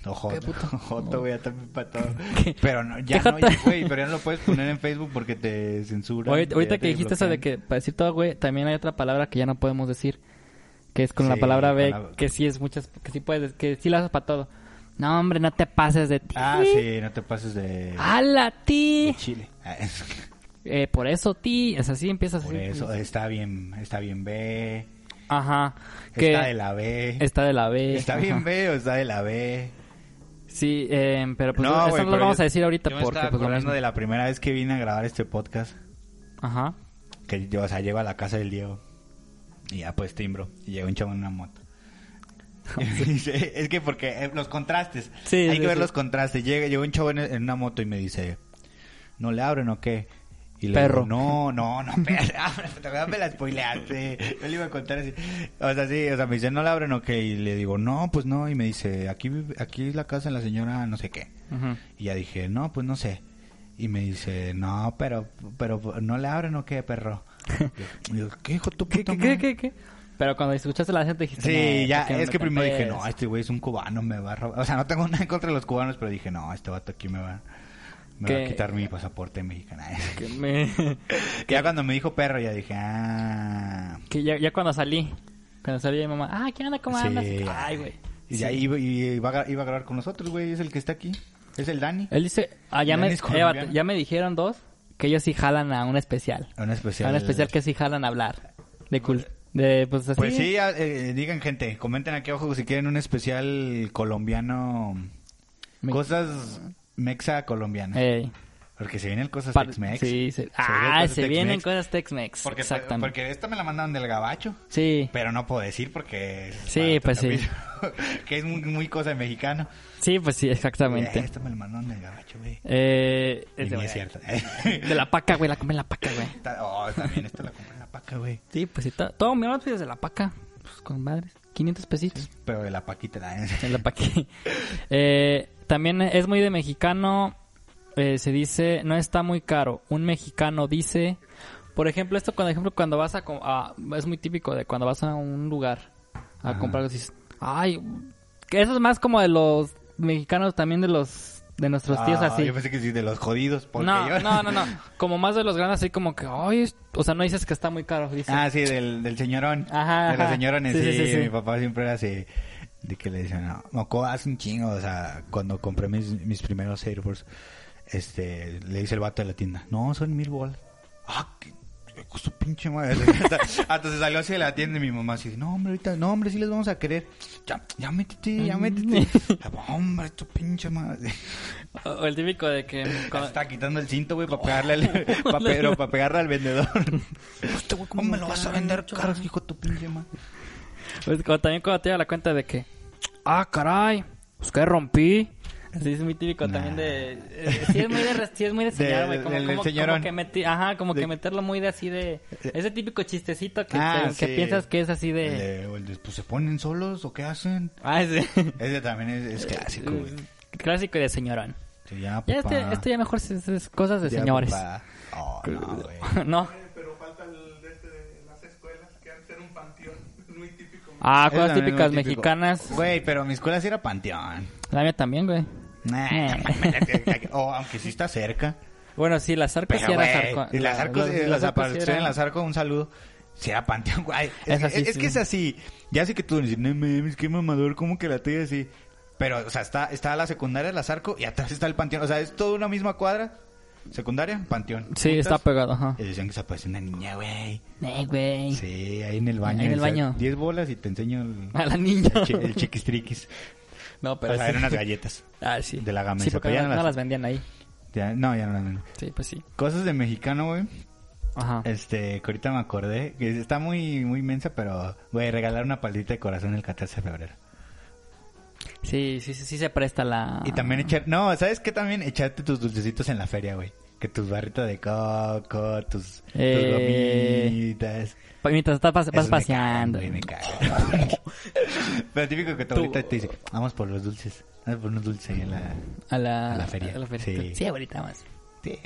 Speaker 2: Ojo,
Speaker 1: Qué puto.
Speaker 2: joto, güey, ya también para todo.
Speaker 1: ¿Qué?
Speaker 2: Pero no, ya
Speaker 1: ¿Qué
Speaker 2: no,
Speaker 1: joto?
Speaker 2: ya, güey, pero ya no lo puedes poner en Facebook porque te censuran.
Speaker 1: Ahorita, ahorita
Speaker 2: ya te
Speaker 1: que dijiste eso de
Speaker 2: bloquean.
Speaker 1: que para decir todo, güey, también hay otra palabra que ya no podemos decir, que es con la
Speaker 2: Sí,
Speaker 1: palabra B,
Speaker 2: palabra-
Speaker 1: que sí es muchas, que sí puedes, que sí la usas para todo. No, hombre, no te pases de ti.
Speaker 2: Ah, sí, no te pases de,
Speaker 1: ¡Hala,
Speaker 2: de
Speaker 1: ti!
Speaker 2: Chile. Ah,
Speaker 1: Eh, por eso, ti. Es así, empiezas
Speaker 2: Por
Speaker 1: así.
Speaker 2: eso, está bien, está bien B,
Speaker 1: Ajá. Que
Speaker 2: está de la B,
Speaker 1: está de la B.
Speaker 2: está
Speaker 1: ajá.
Speaker 2: bien B o está de la B.
Speaker 1: Sí, eh, pero pues
Speaker 2: No,
Speaker 1: eso
Speaker 2: güey,
Speaker 1: no lo
Speaker 2: pero
Speaker 1: vamos
Speaker 2: yo-
Speaker 1: a decir ahorita
Speaker 2: yo me
Speaker 1: porque
Speaker 2: estaba
Speaker 1: pues lo
Speaker 2: acordando
Speaker 1: mismo.
Speaker 2: de la primera vez que vine a grabar este podcast,
Speaker 1: Ajá.
Speaker 2: que yo, o sea, llego a la casa del Diego y ya pues timbro y llega un chavo en una moto. Y me dice, es que porque eh, los contrastes,
Speaker 1: Sí,
Speaker 2: hay
Speaker 1: sí,
Speaker 2: que ver
Speaker 1: sí.
Speaker 2: los contrastes. Llega, llega un chavo en, en una moto y me dice, ¿no le abren o qué? Y le
Speaker 1: Perro.
Speaker 2: digo, no, no, no, perro, me la spoileaste. Yo le iba a contar así. O sea, sí, o sea, me dice, ¿no le abren o qué? Y le digo, no, pues no. Y me dice, aquí, vive- aquí es la casa de la señora no sé qué.
Speaker 1: Ujú.
Speaker 2: Y ya dije, no, pues no sé. Y me dice, no, pero, pero no le abren o qué, perro. Y digo, ¿qué hijo tu
Speaker 1: ¿Qué,
Speaker 2: puta
Speaker 1: qué, qué,
Speaker 2: madre?
Speaker 1: qué, qué? Pero cuando escuchaste la gente dijiste...
Speaker 2: Sí,
Speaker 1: "Neta,
Speaker 2: ya,
Speaker 1: me
Speaker 2: es que primero dije, no,
Speaker 1: metes".
Speaker 2: este güey es un cubano, me va a robar. O sea, no tengo nada en contra de los cubanos, pero dije, no, este vato aquí me va, me va
Speaker 1: Que-
Speaker 2: a quitar mi pasaporte mexicano.
Speaker 1: Que me...
Speaker 2: ya cuando me dijo perro, ya dije, ah.
Speaker 1: Que ya, ya cuando salí, cuando salí mi mamá, ah, ¿qué onda? ¿Cómo andas?
Speaker 2: sí.
Speaker 1: Ay, güey.
Speaker 2: Y ya iba, iba, a, gra- iba a grabar con nosotros, güey, es el que está aquí. Es el Dani.
Speaker 1: Él dice, ah, ya
Speaker 2: Ya
Speaker 1: me,
Speaker 2: eres
Speaker 1: eh,
Speaker 2: colombiano.
Speaker 1: vato, ya me dijeron dos que ellos sí jalan a un especial.
Speaker 2: Un especial.
Speaker 1: A un especial que sí jalan a hablar. De cul- de, pues, así.
Speaker 2: Pues sí, ya, eh, digan gente, comenten aquí abajo si quieren un especial colombiano.
Speaker 1: Me-
Speaker 2: Cosas mexa colombiana.
Speaker 1: Ey.
Speaker 2: Porque se vienen cosas
Speaker 1: Par-
Speaker 2: Tex-Mex.
Speaker 1: Sí, se-
Speaker 2: vienen
Speaker 1: ah,
Speaker 2: cosas
Speaker 1: se vienen
Speaker 2: Tex-Mex.
Speaker 1: cosas Tex-Mex.
Speaker 2: Porque,
Speaker 1: Exactamente.
Speaker 2: porque esta me la mandaron del gabacho.
Speaker 1: Sí,
Speaker 2: Pero no puedo decir porque... es
Speaker 1: Sí,
Speaker 2: para otro
Speaker 1: pues sí.
Speaker 2: capítulo, que es muy, muy cosa de mexicano.
Speaker 1: sí, pues sí, exactamente.
Speaker 2: Eh, Esta me la mandaron del gabacho, güey.
Speaker 1: Eh,
Speaker 2: Y
Speaker 1: es de-
Speaker 2: ni es cierta.
Speaker 1: De la paca, güey, la comen la paca, güey.
Speaker 2: Ta- Oh, también esta la compré en la paca, güey.
Speaker 1: Sí, pues sí, to- todo mi outfit es de la paca. Pues con madres, 500 pesitos.
Speaker 2: Pero de la paquita la...
Speaker 1: En la paca. Eh, también es muy de mexicano. eh, se dice, no está muy caro. Un mexicano dice, por ejemplo, esto, por ejemplo, cuando vas a, com- a- Es muy típico de cuando vas a un lugar a
Speaker 2: Ajá.
Speaker 1: comprar algo. Dices, ay, que eso es más como de los mexicanos también de los. De nuestros tíos
Speaker 2: Ah,
Speaker 1: así.
Speaker 2: Yo pensé que sí, de los jodidos. Porque
Speaker 1: No,
Speaker 2: yo...
Speaker 1: no, no, no. Como más de los grandes, así como que, ay, es- o sea, no dices que está muy caro. Dices,
Speaker 2: Ah, sí, del, del señorón.
Speaker 1: Ajá,
Speaker 2: De los
Speaker 1: ajá.
Speaker 2: señorones,
Speaker 1: Sí,
Speaker 2: sí,
Speaker 1: sí, sí, sí.
Speaker 2: Mi papá siempre era así. De que le decían, no, me cobas un chingo. O sea, cuando compré mis, mis primeros Air Force, este, le dice el vato de la tienda, no, son mil bolas. Ah, que me costó pinche madre. Hasta, hasta se salió así de la tienda y mi mamá así, no, hombre, ahorita, no, hombre, sí les vamos a querer. Ya, ya métete, ya métete. "Ah, hombre, tu pinche madre.
Speaker 1: O o el típico de que. cuando-
Speaker 2: Está quitando el cinto, güey, para pegarle al, pa' pe- pero para pegarle al vendedor. ¿Cómo me lo vas a vender caro, hijo de tu pinche madre?
Speaker 1: pues, cuando- también cuando te da la cuenta de que. Ah, caray, pues que rompí. Así es muy típico
Speaker 2: Nah.
Speaker 1: también de. eh, sí, es muy de, re- sí es muy de señor,
Speaker 2: De-
Speaker 1: güey. Como,
Speaker 2: del- del
Speaker 1: como-
Speaker 2: señorón.
Speaker 1: como que meti- Ajá, como que
Speaker 2: De- Eh,
Speaker 1: meterlo muy de así de. Ese típico chistecito que,
Speaker 2: Ah,
Speaker 1: que- que
Speaker 2: sí.
Speaker 1: piensas que es así de.
Speaker 2: Le- o el de, pues se ponen solos o qué hacen.
Speaker 1: Ah, ese.
Speaker 2: Ese también es, es clásico, güey.
Speaker 1: Clásico de señorón.
Speaker 2: Se llama
Speaker 1: Ya
Speaker 2: papá.
Speaker 1: este, este ya mejor es, es cosas de
Speaker 2: Se llama
Speaker 1: señores.
Speaker 2: papá. Oh, no, güey.
Speaker 1: no.
Speaker 3: Pero falta el de este de las escuelas, que han de ser un panteón. Es muy típico.
Speaker 1: Ah,
Speaker 2: Eso
Speaker 1: cosas
Speaker 2: también es
Speaker 1: típicas
Speaker 2: muy típico.
Speaker 1: mexicanas.
Speaker 2: Güey, pero mi escuela sí era panteón.
Speaker 1: La mía también, güey.
Speaker 2: Nah, o aunque sí está cerca.
Speaker 1: Bueno, sí, las arcos
Speaker 2: Pero,
Speaker 1: Pues sí
Speaker 2: güey,
Speaker 1: eran arco-
Speaker 2: y las arcos,
Speaker 1: los-
Speaker 2: eh,
Speaker 1: los
Speaker 2: las
Speaker 1: arcos sí
Speaker 2: apariciones
Speaker 1: eran-
Speaker 2: en las arcos, un saludo. Si era panteón, güey. Es,
Speaker 1: Es así,
Speaker 2: es
Speaker 1: sí.
Speaker 2: que es así. Ya sé que tú dices, no mames, qué mamador, ¿cómo que la tuya así? Pero, o sea, está, está la secundaria, las arco, y atrás está el panteón. O sea, es toda una misma cuadra. Secundaria, panteón.
Speaker 1: Sí,
Speaker 2: Juntas.
Speaker 1: está pegado, ajá.
Speaker 2: Y decían que se apareció una niña, güey.
Speaker 1: Eh, güey.
Speaker 2: Sí, ahí en el baño.
Speaker 1: Ahí en el
Speaker 2: decía,
Speaker 1: baño.
Speaker 2: 10 bolas y te enseño el,
Speaker 1: A la niña.
Speaker 2: el, chi- el chiquistriquis.
Speaker 1: No, pero
Speaker 2: Pero o sea,
Speaker 1: sí.
Speaker 2: eran unas galletas.
Speaker 1: Ah, sí.
Speaker 2: de la Gamesa,
Speaker 1: Sí, porque
Speaker 2: pero ya
Speaker 1: no,
Speaker 2: no
Speaker 1: no
Speaker 2: las-
Speaker 1: las vendían ahí.
Speaker 2: Ya- no, ya no las venden.
Speaker 1: Sí, pues sí.
Speaker 2: Cosas de mexicano, güey.
Speaker 1: Ajá.
Speaker 2: Este, que ahorita me acordé, que está muy, muy mensa, pero voy a regalar una palita de corazón el 14 de febrero.
Speaker 1: Sí, sí, sí, sí se presta la...
Speaker 2: Y también echar, no, ¿sabes qué también? Echarte tus dulcecitos en la feria, güey. Que tus barritas de coco, tus, tus
Speaker 1: Eh,
Speaker 2: gomitas.
Speaker 1: Pa- Mientras estás pas- vas
Speaker 2: Eso me
Speaker 1: paseando.
Speaker 2: cagan, güey, me cagan. pero típico que tu
Speaker 1: Tú-
Speaker 2: abuelita te dice, vamos por los dulces, vamos por unos dulces ahí en la...
Speaker 1: A la...
Speaker 2: A la feria.
Speaker 1: a la feria. Sí.
Speaker 2: Sí.
Speaker 1: abuelita, más.
Speaker 2: Sí.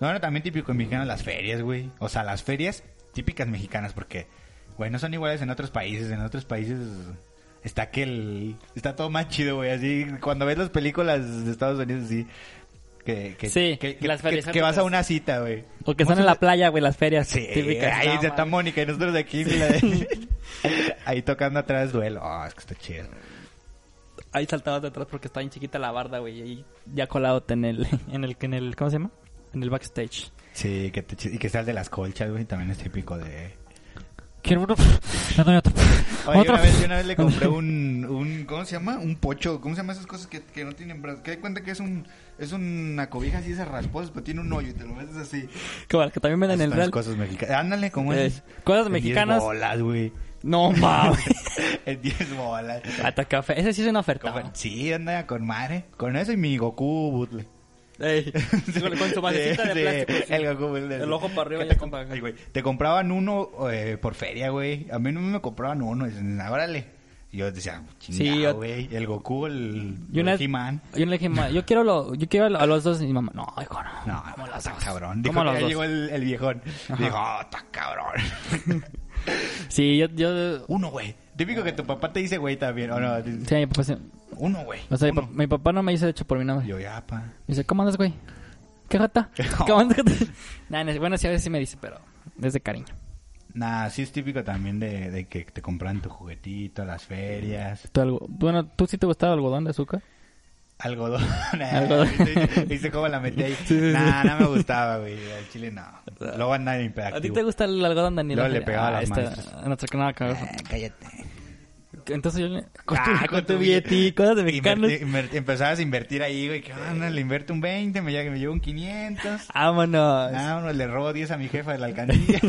Speaker 2: No, no, también típico mexicano las ferias, güey. O sea, las ferias típicas mexicanas, porque, güey, no son iguales en otros países. En otros países está que el... Está todo más chido, güey. Así, cuando ves las películas de Estados Unidos, así... Que, que,
Speaker 1: Sí,
Speaker 2: que,
Speaker 1: las
Speaker 2: que-
Speaker 1: ferias
Speaker 2: que vas a una cita, güey.
Speaker 1: O que están en la playa, güey, las ferias
Speaker 2: Sí,
Speaker 1: típicas.
Speaker 2: ahí
Speaker 1: No,
Speaker 2: está
Speaker 1: madre.
Speaker 2: Mónica y nosotros aquí. la de- ahí tocando atrás duelo. Oh, es que está chido.
Speaker 1: Ahí saltabas de atrás porque estaba bien chiquita la barda, güey. Y ahí ya colado en el, en el, en el, ¿cómo se llama? En el backstage.
Speaker 2: Sí, que te, y que sea el de las colchas, güey. También es típico de...
Speaker 1: Quiero uno. No, no, otro.
Speaker 2: Oye,
Speaker 1: Otro.
Speaker 2: Una, vez, yo una vez le compré un, un. ¿Cómo se llama? Un pocho. ¿Cómo se llama esas cosas que, que no tienen brazos? Que hay cuenta que es un es una cobija así, esas rasposas, pero tiene un hoyo y te lo metes así.
Speaker 1: Como las que también venden en el
Speaker 2: Están las
Speaker 1: real.
Speaker 2: cosas mexicanas. Ándale, ¿cómo
Speaker 1: Eh,
Speaker 2: es?
Speaker 1: cosas
Speaker 2: En
Speaker 1: mexicanas.
Speaker 2: 10 bolas, güey.
Speaker 1: No mames.
Speaker 2: En 10 bolas.
Speaker 1: Hasta café. Ese sí es una oferta.
Speaker 2: Como- sí, anda con madre. Con eso y mi Goku Butler.
Speaker 1: Ey, con con su basecita
Speaker 2: Sí,
Speaker 1: de
Speaker 2: sí,
Speaker 1: plástico. sí.
Speaker 2: El Goku Butler.
Speaker 1: El ojo para arriba
Speaker 2: Que
Speaker 1: y
Speaker 2: te
Speaker 1: el
Speaker 2: com-
Speaker 1: compa-
Speaker 2: Ay, güey, Te compraban uno eh, por feria, güey. A mí no me compraban uno. Dicen, "Ah, órale. Y yo decía,
Speaker 1: Sí,
Speaker 2: chingada,
Speaker 1: yo-
Speaker 2: güey. El Goku, el,
Speaker 1: Yo
Speaker 2: el
Speaker 1: una vez-
Speaker 2: He-Man.
Speaker 1: Yo le dije, "Ma, yo quiero, lo, yo quiero a los dos. Y mi mamá, no, hijo, no.
Speaker 2: No,
Speaker 1: como los
Speaker 2: está
Speaker 1: dos.
Speaker 2: cabrón. Dijo,
Speaker 1: Como los
Speaker 2: ahí
Speaker 1: dos.
Speaker 2: llegó el, el viejón. Dijo, oh, está cabrón.
Speaker 1: Sí, yo, yo...
Speaker 2: uno, güey. Típico que tu papá te dice, güey, también. ¿o no?
Speaker 1: Sí, mi papá, sí.
Speaker 2: Uno, güey.
Speaker 1: O sea, mi,
Speaker 2: uno.
Speaker 1: pa- mi papá no me hizo de hecho por mi nombre.
Speaker 2: Yo, ya, pa.
Speaker 1: Me dice, ¿cómo andas, güey? ¿Qué jota? ¿Cómo andas, jota? Nah, no, bueno, sí, a veces sí me dice, pero es de cariño.
Speaker 2: Nah, sí es típico también de, de que te compran tu juguetito, las ferias.
Speaker 1: ¿Tú algo? Bueno, ¿tú sí te gustaba el algodón de azúcar?
Speaker 2: Algodón.
Speaker 1: Algodón.
Speaker 2: ¿Viste, viste cómo la metí ahí?
Speaker 1: Sí, sí,
Speaker 2: nah,
Speaker 1: sí.
Speaker 2: no me gustaba, güey. Al chile no. Luego andaba en hiperactivo.
Speaker 1: ¿A ti te gusta el algodón, Daniel?
Speaker 2: Luego le pegaba a las
Speaker 1: este,
Speaker 2: maestras.
Speaker 1: No te nada cabeza.
Speaker 2: Ah, cállate.
Speaker 1: Entonces yo le...
Speaker 2: Ah, con tu
Speaker 1: billete, cosas de mexicanos.
Speaker 2: Invertí- invertí- empezabas a invertir ahí, güey. ¿Qué onda? Le invierto un 20, me, lle- me llevo un 500.
Speaker 1: Vámonos.
Speaker 2: Ah, bueno, le robo 10 a mi jefa de la alcaldía.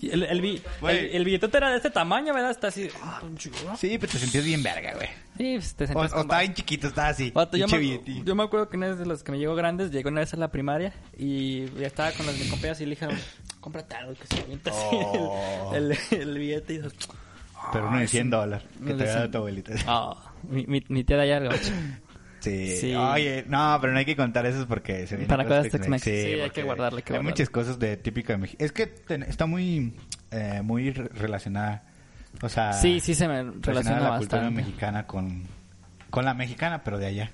Speaker 1: Y El, el, bi-
Speaker 2: Güey.
Speaker 1: el- el billetote era de este tamaño, ¿verdad? Está así. Ah, un chico.
Speaker 2: sí, pero te sentías bien verga, güey.
Speaker 1: Sí, pues, te
Speaker 2: O, o
Speaker 1: sentías como-
Speaker 2: estaba bien chiquito, estaba así.
Speaker 1: Vato, yo,
Speaker 2: pinche
Speaker 1: me,
Speaker 2: billetín.
Speaker 1: yo me acuerdo que una vez de las que me llegó grandes, llegó una vez a la primaria y ya estaba con las de compañeras y le dijeron, cómprate algo que se avienta así
Speaker 2: Oh.
Speaker 1: el, el- el billete. Y dices,
Speaker 2: Pero uno de 100 dólares. Que
Speaker 1: uno
Speaker 2: te
Speaker 1: de
Speaker 2: había dado
Speaker 1: 100.
Speaker 2: tu abuelita.
Speaker 1: "Ah, mi, mi, mi tía de allá, gabacho".
Speaker 2: Sí.
Speaker 1: Sí.
Speaker 2: Oye, no, pero no hay que contar eso porque se vienen
Speaker 1: Para cosas Tex-Mex.
Speaker 2: Sí,
Speaker 1: Sí, hay
Speaker 2: porque
Speaker 1: que guardarle, hay que guardarle.
Speaker 2: muchas cosas de típico de México. Es que ten- está muy, eh, muy re- relacionada. O sea,
Speaker 1: Sí, sí se me
Speaker 2: relacionada
Speaker 1: relaciona
Speaker 2: Ah. la cultura
Speaker 1: bastante.
Speaker 2: mexicana con, con la mexicana, pero de allá.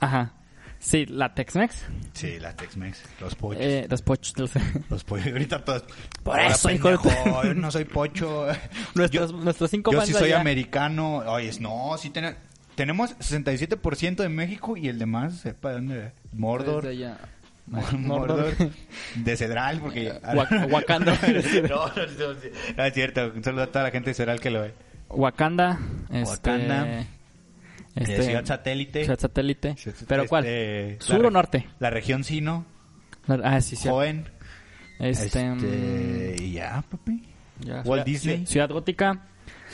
Speaker 1: Ajá. Sí, la Tex-Mex.
Speaker 2: Sí, las Tex-Mex, los pochos.
Speaker 1: Eh, los pochos. los-
Speaker 2: Los pollos, ahorita todos.
Speaker 1: Por
Speaker 2: "Ahora,
Speaker 1: eso, hijo de
Speaker 2: pendejo,
Speaker 1: tu-
Speaker 2: yo no soy pocho.
Speaker 1: nuestros,
Speaker 2: yo,
Speaker 1: nuestros cinco
Speaker 2: yo
Speaker 1: fans
Speaker 2: sí
Speaker 1: de
Speaker 2: soy
Speaker 1: allá.
Speaker 2: americano. Oye, no, sí ten- tenemos 67% de México y el demás, sepa de dónde. Mordor.
Speaker 1: Desde allá.
Speaker 2: Mor- Mordor
Speaker 1: Mordor.
Speaker 2: de Cedral, porque.
Speaker 1: Wa- Wakanda.
Speaker 2: no, no, no, no, no, es cierto. Un saludo a toda la gente de Cedral que lo ve. Eh,
Speaker 1: Wakanda. Este,
Speaker 2: Wakanda.
Speaker 1: Este,
Speaker 2: Eh, ciudad satélite.
Speaker 1: Ciudad satélite.
Speaker 2: Ciudad-
Speaker 1: ¿Pero cuál?
Speaker 2: este, la
Speaker 1: ¿Sur o
Speaker 2: reg-
Speaker 1: norte?
Speaker 2: La región Sino,
Speaker 1: Ah, sí, sí.
Speaker 2: joven.
Speaker 1: Este, mm,
Speaker 2: Este. y ya, papi.
Speaker 1: ya,
Speaker 2: Walt
Speaker 1: ciudad-
Speaker 2: Disney.
Speaker 1: Ciudad Gótica.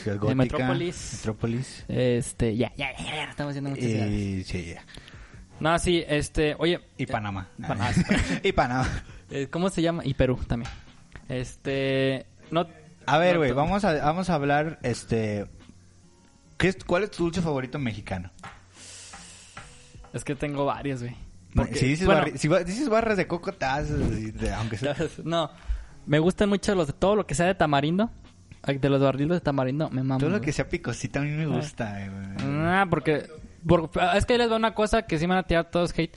Speaker 2: Ciudad Gótica.
Speaker 1: Metrópolis.
Speaker 2: Metrópolis.
Speaker 1: Este, ya, ya, ya, ya, estamos haciendo muchas ciudades.
Speaker 2: Y, sí, ya.
Speaker 1: No, sí, este, oye.
Speaker 2: y Panamá.
Speaker 1: Panamá.
Speaker 2: y Panamá.
Speaker 1: eh, ¿Cómo se llama? Y Perú también. Este, no.
Speaker 2: A ver,
Speaker 1: no
Speaker 2: güey,
Speaker 1: to-
Speaker 2: vamos a, vamos a hablar, este... ¿qué es- ¿Cuál es tu dulce favorito mexicano?
Speaker 1: Es que tengo varios, güey. Porque-
Speaker 2: Si dices,
Speaker 1: bueno,
Speaker 2: barri- si ba- dices barras de coco, te haces así de- aunque sea...
Speaker 1: No, me gustan mucho los de todo lo que sea de tamarindo. Ay, De los barriles de tamarindo, me mamo.
Speaker 2: Todo lo
Speaker 1: güey.
Speaker 2: que sea picosita a mí me gusta, eh, güey.
Speaker 1: Ah, porque, por- es que ahí les va una cosa que sí me van a tirar todos hate.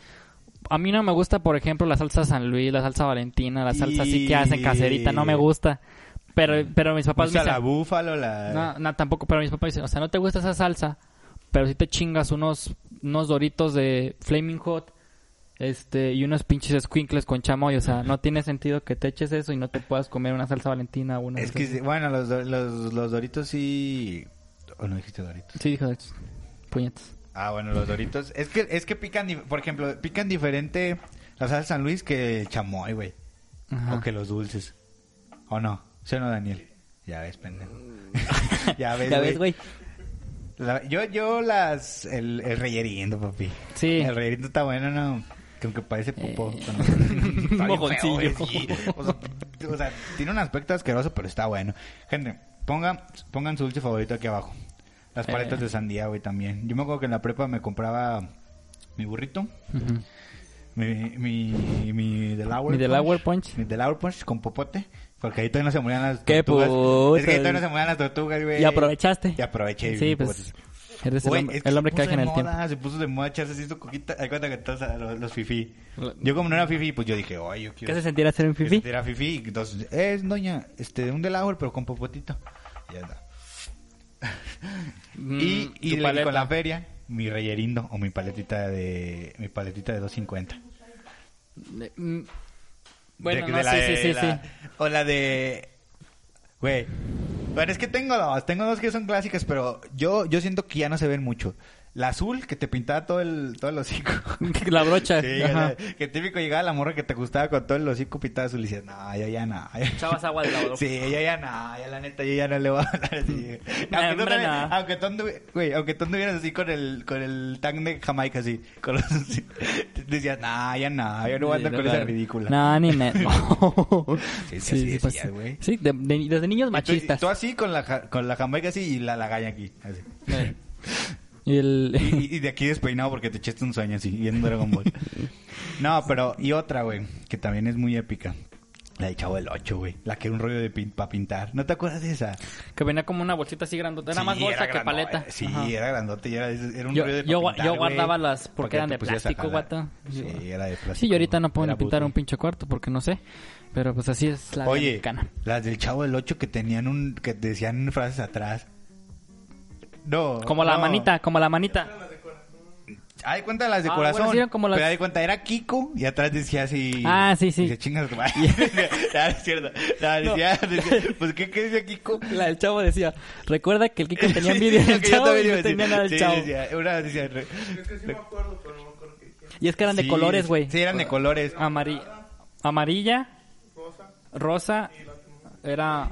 Speaker 1: A mí no me gusta, por ejemplo, la salsa San Luis, la salsa Valentina, la salsa así que hacen caserita, no me gusta. Pero, pero mis papás
Speaker 2: O sea,
Speaker 1: me
Speaker 2: la
Speaker 1: dicen,
Speaker 2: búfalo, la...
Speaker 1: no, no, tampoco, pero mis papás dicen, o sea, no te gusta esa salsa, pero si te chingas unos, unos doritos de Flaming Hot, este, y unos pinches squinkles con chamoy, o sea, no tiene sentido que te eches eso y no te puedas comer una salsa Valentina o una.
Speaker 2: Es
Speaker 1: salsa-
Speaker 2: que, bueno, los, do- los, los doritos sí... ¿O no dijiste doritos?
Speaker 1: Sí, hijo de puñetas.
Speaker 2: Ah, bueno, los doritos. Es que, es que pican, di- por ejemplo, pican diferente la salsa San Luis que el chamoy, güey.
Speaker 1: Ajá.
Speaker 2: O que los dulces. ¿O no? ¿Sí o no, Daniel? Ya ves, pendejo. ya ves,
Speaker 1: Ya ves,
Speaker 2: güey.
Speaker 1: güey.
Speaker 2: La- Yo, yo las... El, el reyerindo, papi.
Speaker 1: Sí.
Speaker 2: El reyerindo está bueno, ¿no? Que aunque parece popó.
Speaker 1: Eh.
Speaker 2: está bien feo,
Speaker 1: Mojoncillo.
Speaker 2: güey, sí. O sea, o sea, tiene un aspecto asqueroso, pero está bueno. Gente, pongan, pongan su dulce favorito aquí abajo. Las paletas
Speaker 1: Eh.
Speaker 2: de sandía, güey, también. Yo me acuerdo que en la prepa me compraba mi burrito,
Speaker 1: Ujú.
Speaker 2: mi, mi, mi Delaware
Speaker 1: Mi Delaware Punch.
Speaker 2: Mi Delaware Punch con popote. Porque ahí todavía no se morían las
Speaker 1: ¡Qué
Speaker 2: tortugas.
Speaker 1: puto!
Speaker 2: Es que ahí todavía no se morían las tortugas, güey.
Speaker 1: Y aprovechaste.
Speaker 2: Y aproveché.
Speaker 1: Sí,
Speaker 2: mi
Speaker 1: pues.
Speaker 2: popotecito.
Speaker 1: Eres el,
Speaker 2: Güey,
Speaker 1: hombre,
Speaker 2: es que
Speaker 1: el hombre
Speaker 2: se
Speaker 1: que
Speaker 2: puso
Speaker 1: en
Speaker 2: de
Speaker 1: el tiempo.
Speaker 2: moda, Se puso de moda echarse así su coquita. Hay cuenta que todos ah, los, los fifí.
Speaker 1: Lo-
Speaker 2: Yo como no era fifí, pues yo dije, oye, yo quiero...
Speaker 1: ¿Qué se sentirá ser un
Speaker 2: que
Speaker 1: fifi?
Speaker 2: se tira fifí. Y Entonces, es doña, este, un Delaware, pero con popotito. Y ya está.
Speaker 1: Mm,
Speaker 2: Y, y la- con la feria, mi reyerindo o mi paletita de mi paletita de 250.
Speaker 1: Mm, Bueno,
Speaker 2: De-
Speaker 1: no,
Speaker 2: de la
Speaker 1: sí, sí,
Speaker 2: de-
Speaker 1: sí,
Speaker 2: la-
Speaker 1: sí.
Speaker 2: O la de güey. Bueno, es que tengo dos, tengo dos que son clásicas, pero yo yo siento que ya no se ven mucho. La azul que te pintaba todo el todo el hocico.
Speaker 1: La brocha.
Speaker 2: Sí,
Speaker 1: ajá.
Speaker 2: que- que típico llegaba la morra que te gustaba con todo el hocico pintado azul y decías, no, yo ya no.
Speaker 1: Echabas agua del lavador.
Speaker 2: Sí, yo ya no, ya la neta, yo ya no le voy a hablar así.
Speaker 1: No,
Speaker 2: Aunque, tú
Speaker 1: hombre,
Speaker 2: también-
Speaker 1: no.
Speaker 2: aunque, tú andu- güey, aunque tú anduvieras así con el, con el tag de Jamaica, así, con los, así, decías, no, ya no, yo no voy a andar
Speaker 1: Sí,
Speaker 2: con
Speaker 1: no,
Speaker 2: esa
Speaker 1: no.
Speaker 2: ridícula.
Speaker 1: No, ni me.
Speaker 2: Sí, es que así
Speaker 1: pues,
Speaker 2: decías, güey.
Speaker 1: sí, de- de- desde niños
Speaker 2: Y tú- y Tú,
Speaker 1: machistas.
Speaker 2: así con la, ja- con la Jamaica así y la lagaña aquí, así.
Speaker 1: Eh, Y el.
Speaker 2: Y, y- y de aquí despeinado porque te echaste un sueño así, viendo Dragon Ball. No, pero, y otra, güey, que también es muy épica. La del Chavo del 8, güey. La que era un rollo de pin, para pintar. ¿No te acuerdas de esa?
Speaker 1: Que venía como una bolsita así grandota. Era
Speaker 2: Sí,
Speaker 1: más bolsa que
Speaker 2: grando-
Speaker 1: paleta.
Speaker 2: Sí,
Speaker 1: Ajá.
Speaker 2: era grandote y era, era un
Speaker 1: Yo-
Speaker 2: rollo de
Speaker 1: yo
Speaker 2: pa'
Speaker 1: gua-
Speaker 2: pintar,
Speaker 1: yo
Speaker 2: güey,
Speaker 1: guardaba las
Speaker 2: para
Speaker 1: porque
Speaker 2: que
Speaker 1: eran
Speaker 2: te
Speaker 1: de
Speaker 2: pusieras a
Speaker 1: plástico,
Speaker 2: jalar.
Speaker 1: guato.
Speaker 2: Sí, era de plástico.
Speaker 1: Sí, yo ahorita no puedo ni
Speaker 2: Era
Speaker 1: pintar
Speaker 2: bootleg.
Speaker 1: un pinche cuarto porque no sé. Pero pues así es la vida
Speaker 2: Oye,
Speaker 1: mexicana.
Speaker 2: las del Chavo del 8 que tenían un... que decían frases atrás. No.
Speaker 1: Como la
Speaker 2: no.
Speaker 1: manita, como la manita.
Speaker 2: Ah, de cuenta las de
Speaker 1: Ah,
Speaker 2: corazón.
Speaker 1: bueno, sí eran como las-
Speaker 2: Pero haz de cuenta era Kiko y atrás decía así.
Speaker 1: Ah, sí, sí.
Speaker 2: Dice chingas tu madre". Nada, es cierto. Nada, decía, decía, pues ¿qué, qué decía Kiko?
Speaker 1: La del chavo decía, recuerda que el Kiko tenía
Speaker 2: Sí,
Speaker 1: envidia
Speaker 2: sí,
Speaker 1: del
Speaker 2: que yo
Speaker 1: chavo y
Speaker 2: también iba a
Speaker 1: no
Speaker 2: decir.
Speaker 1: tenía nada del
Speaker 2: Sí,
Speaker 1: chavo.
Speaker 2: decía- una decía. re-
Speaker 3: Es que sí me acuerdo, Ah. pero no me acuerdo qué. qué-
Speaker 1: Y es que eran de
Speaker 2: sí,
Speaker 1: colores, güey. Ah.
Speaker 2: Sí, eran de colores.
Speaker 1: Amarilla, amarilla,
Speaker 3: Rosa.
Speaker 1: rosa, era...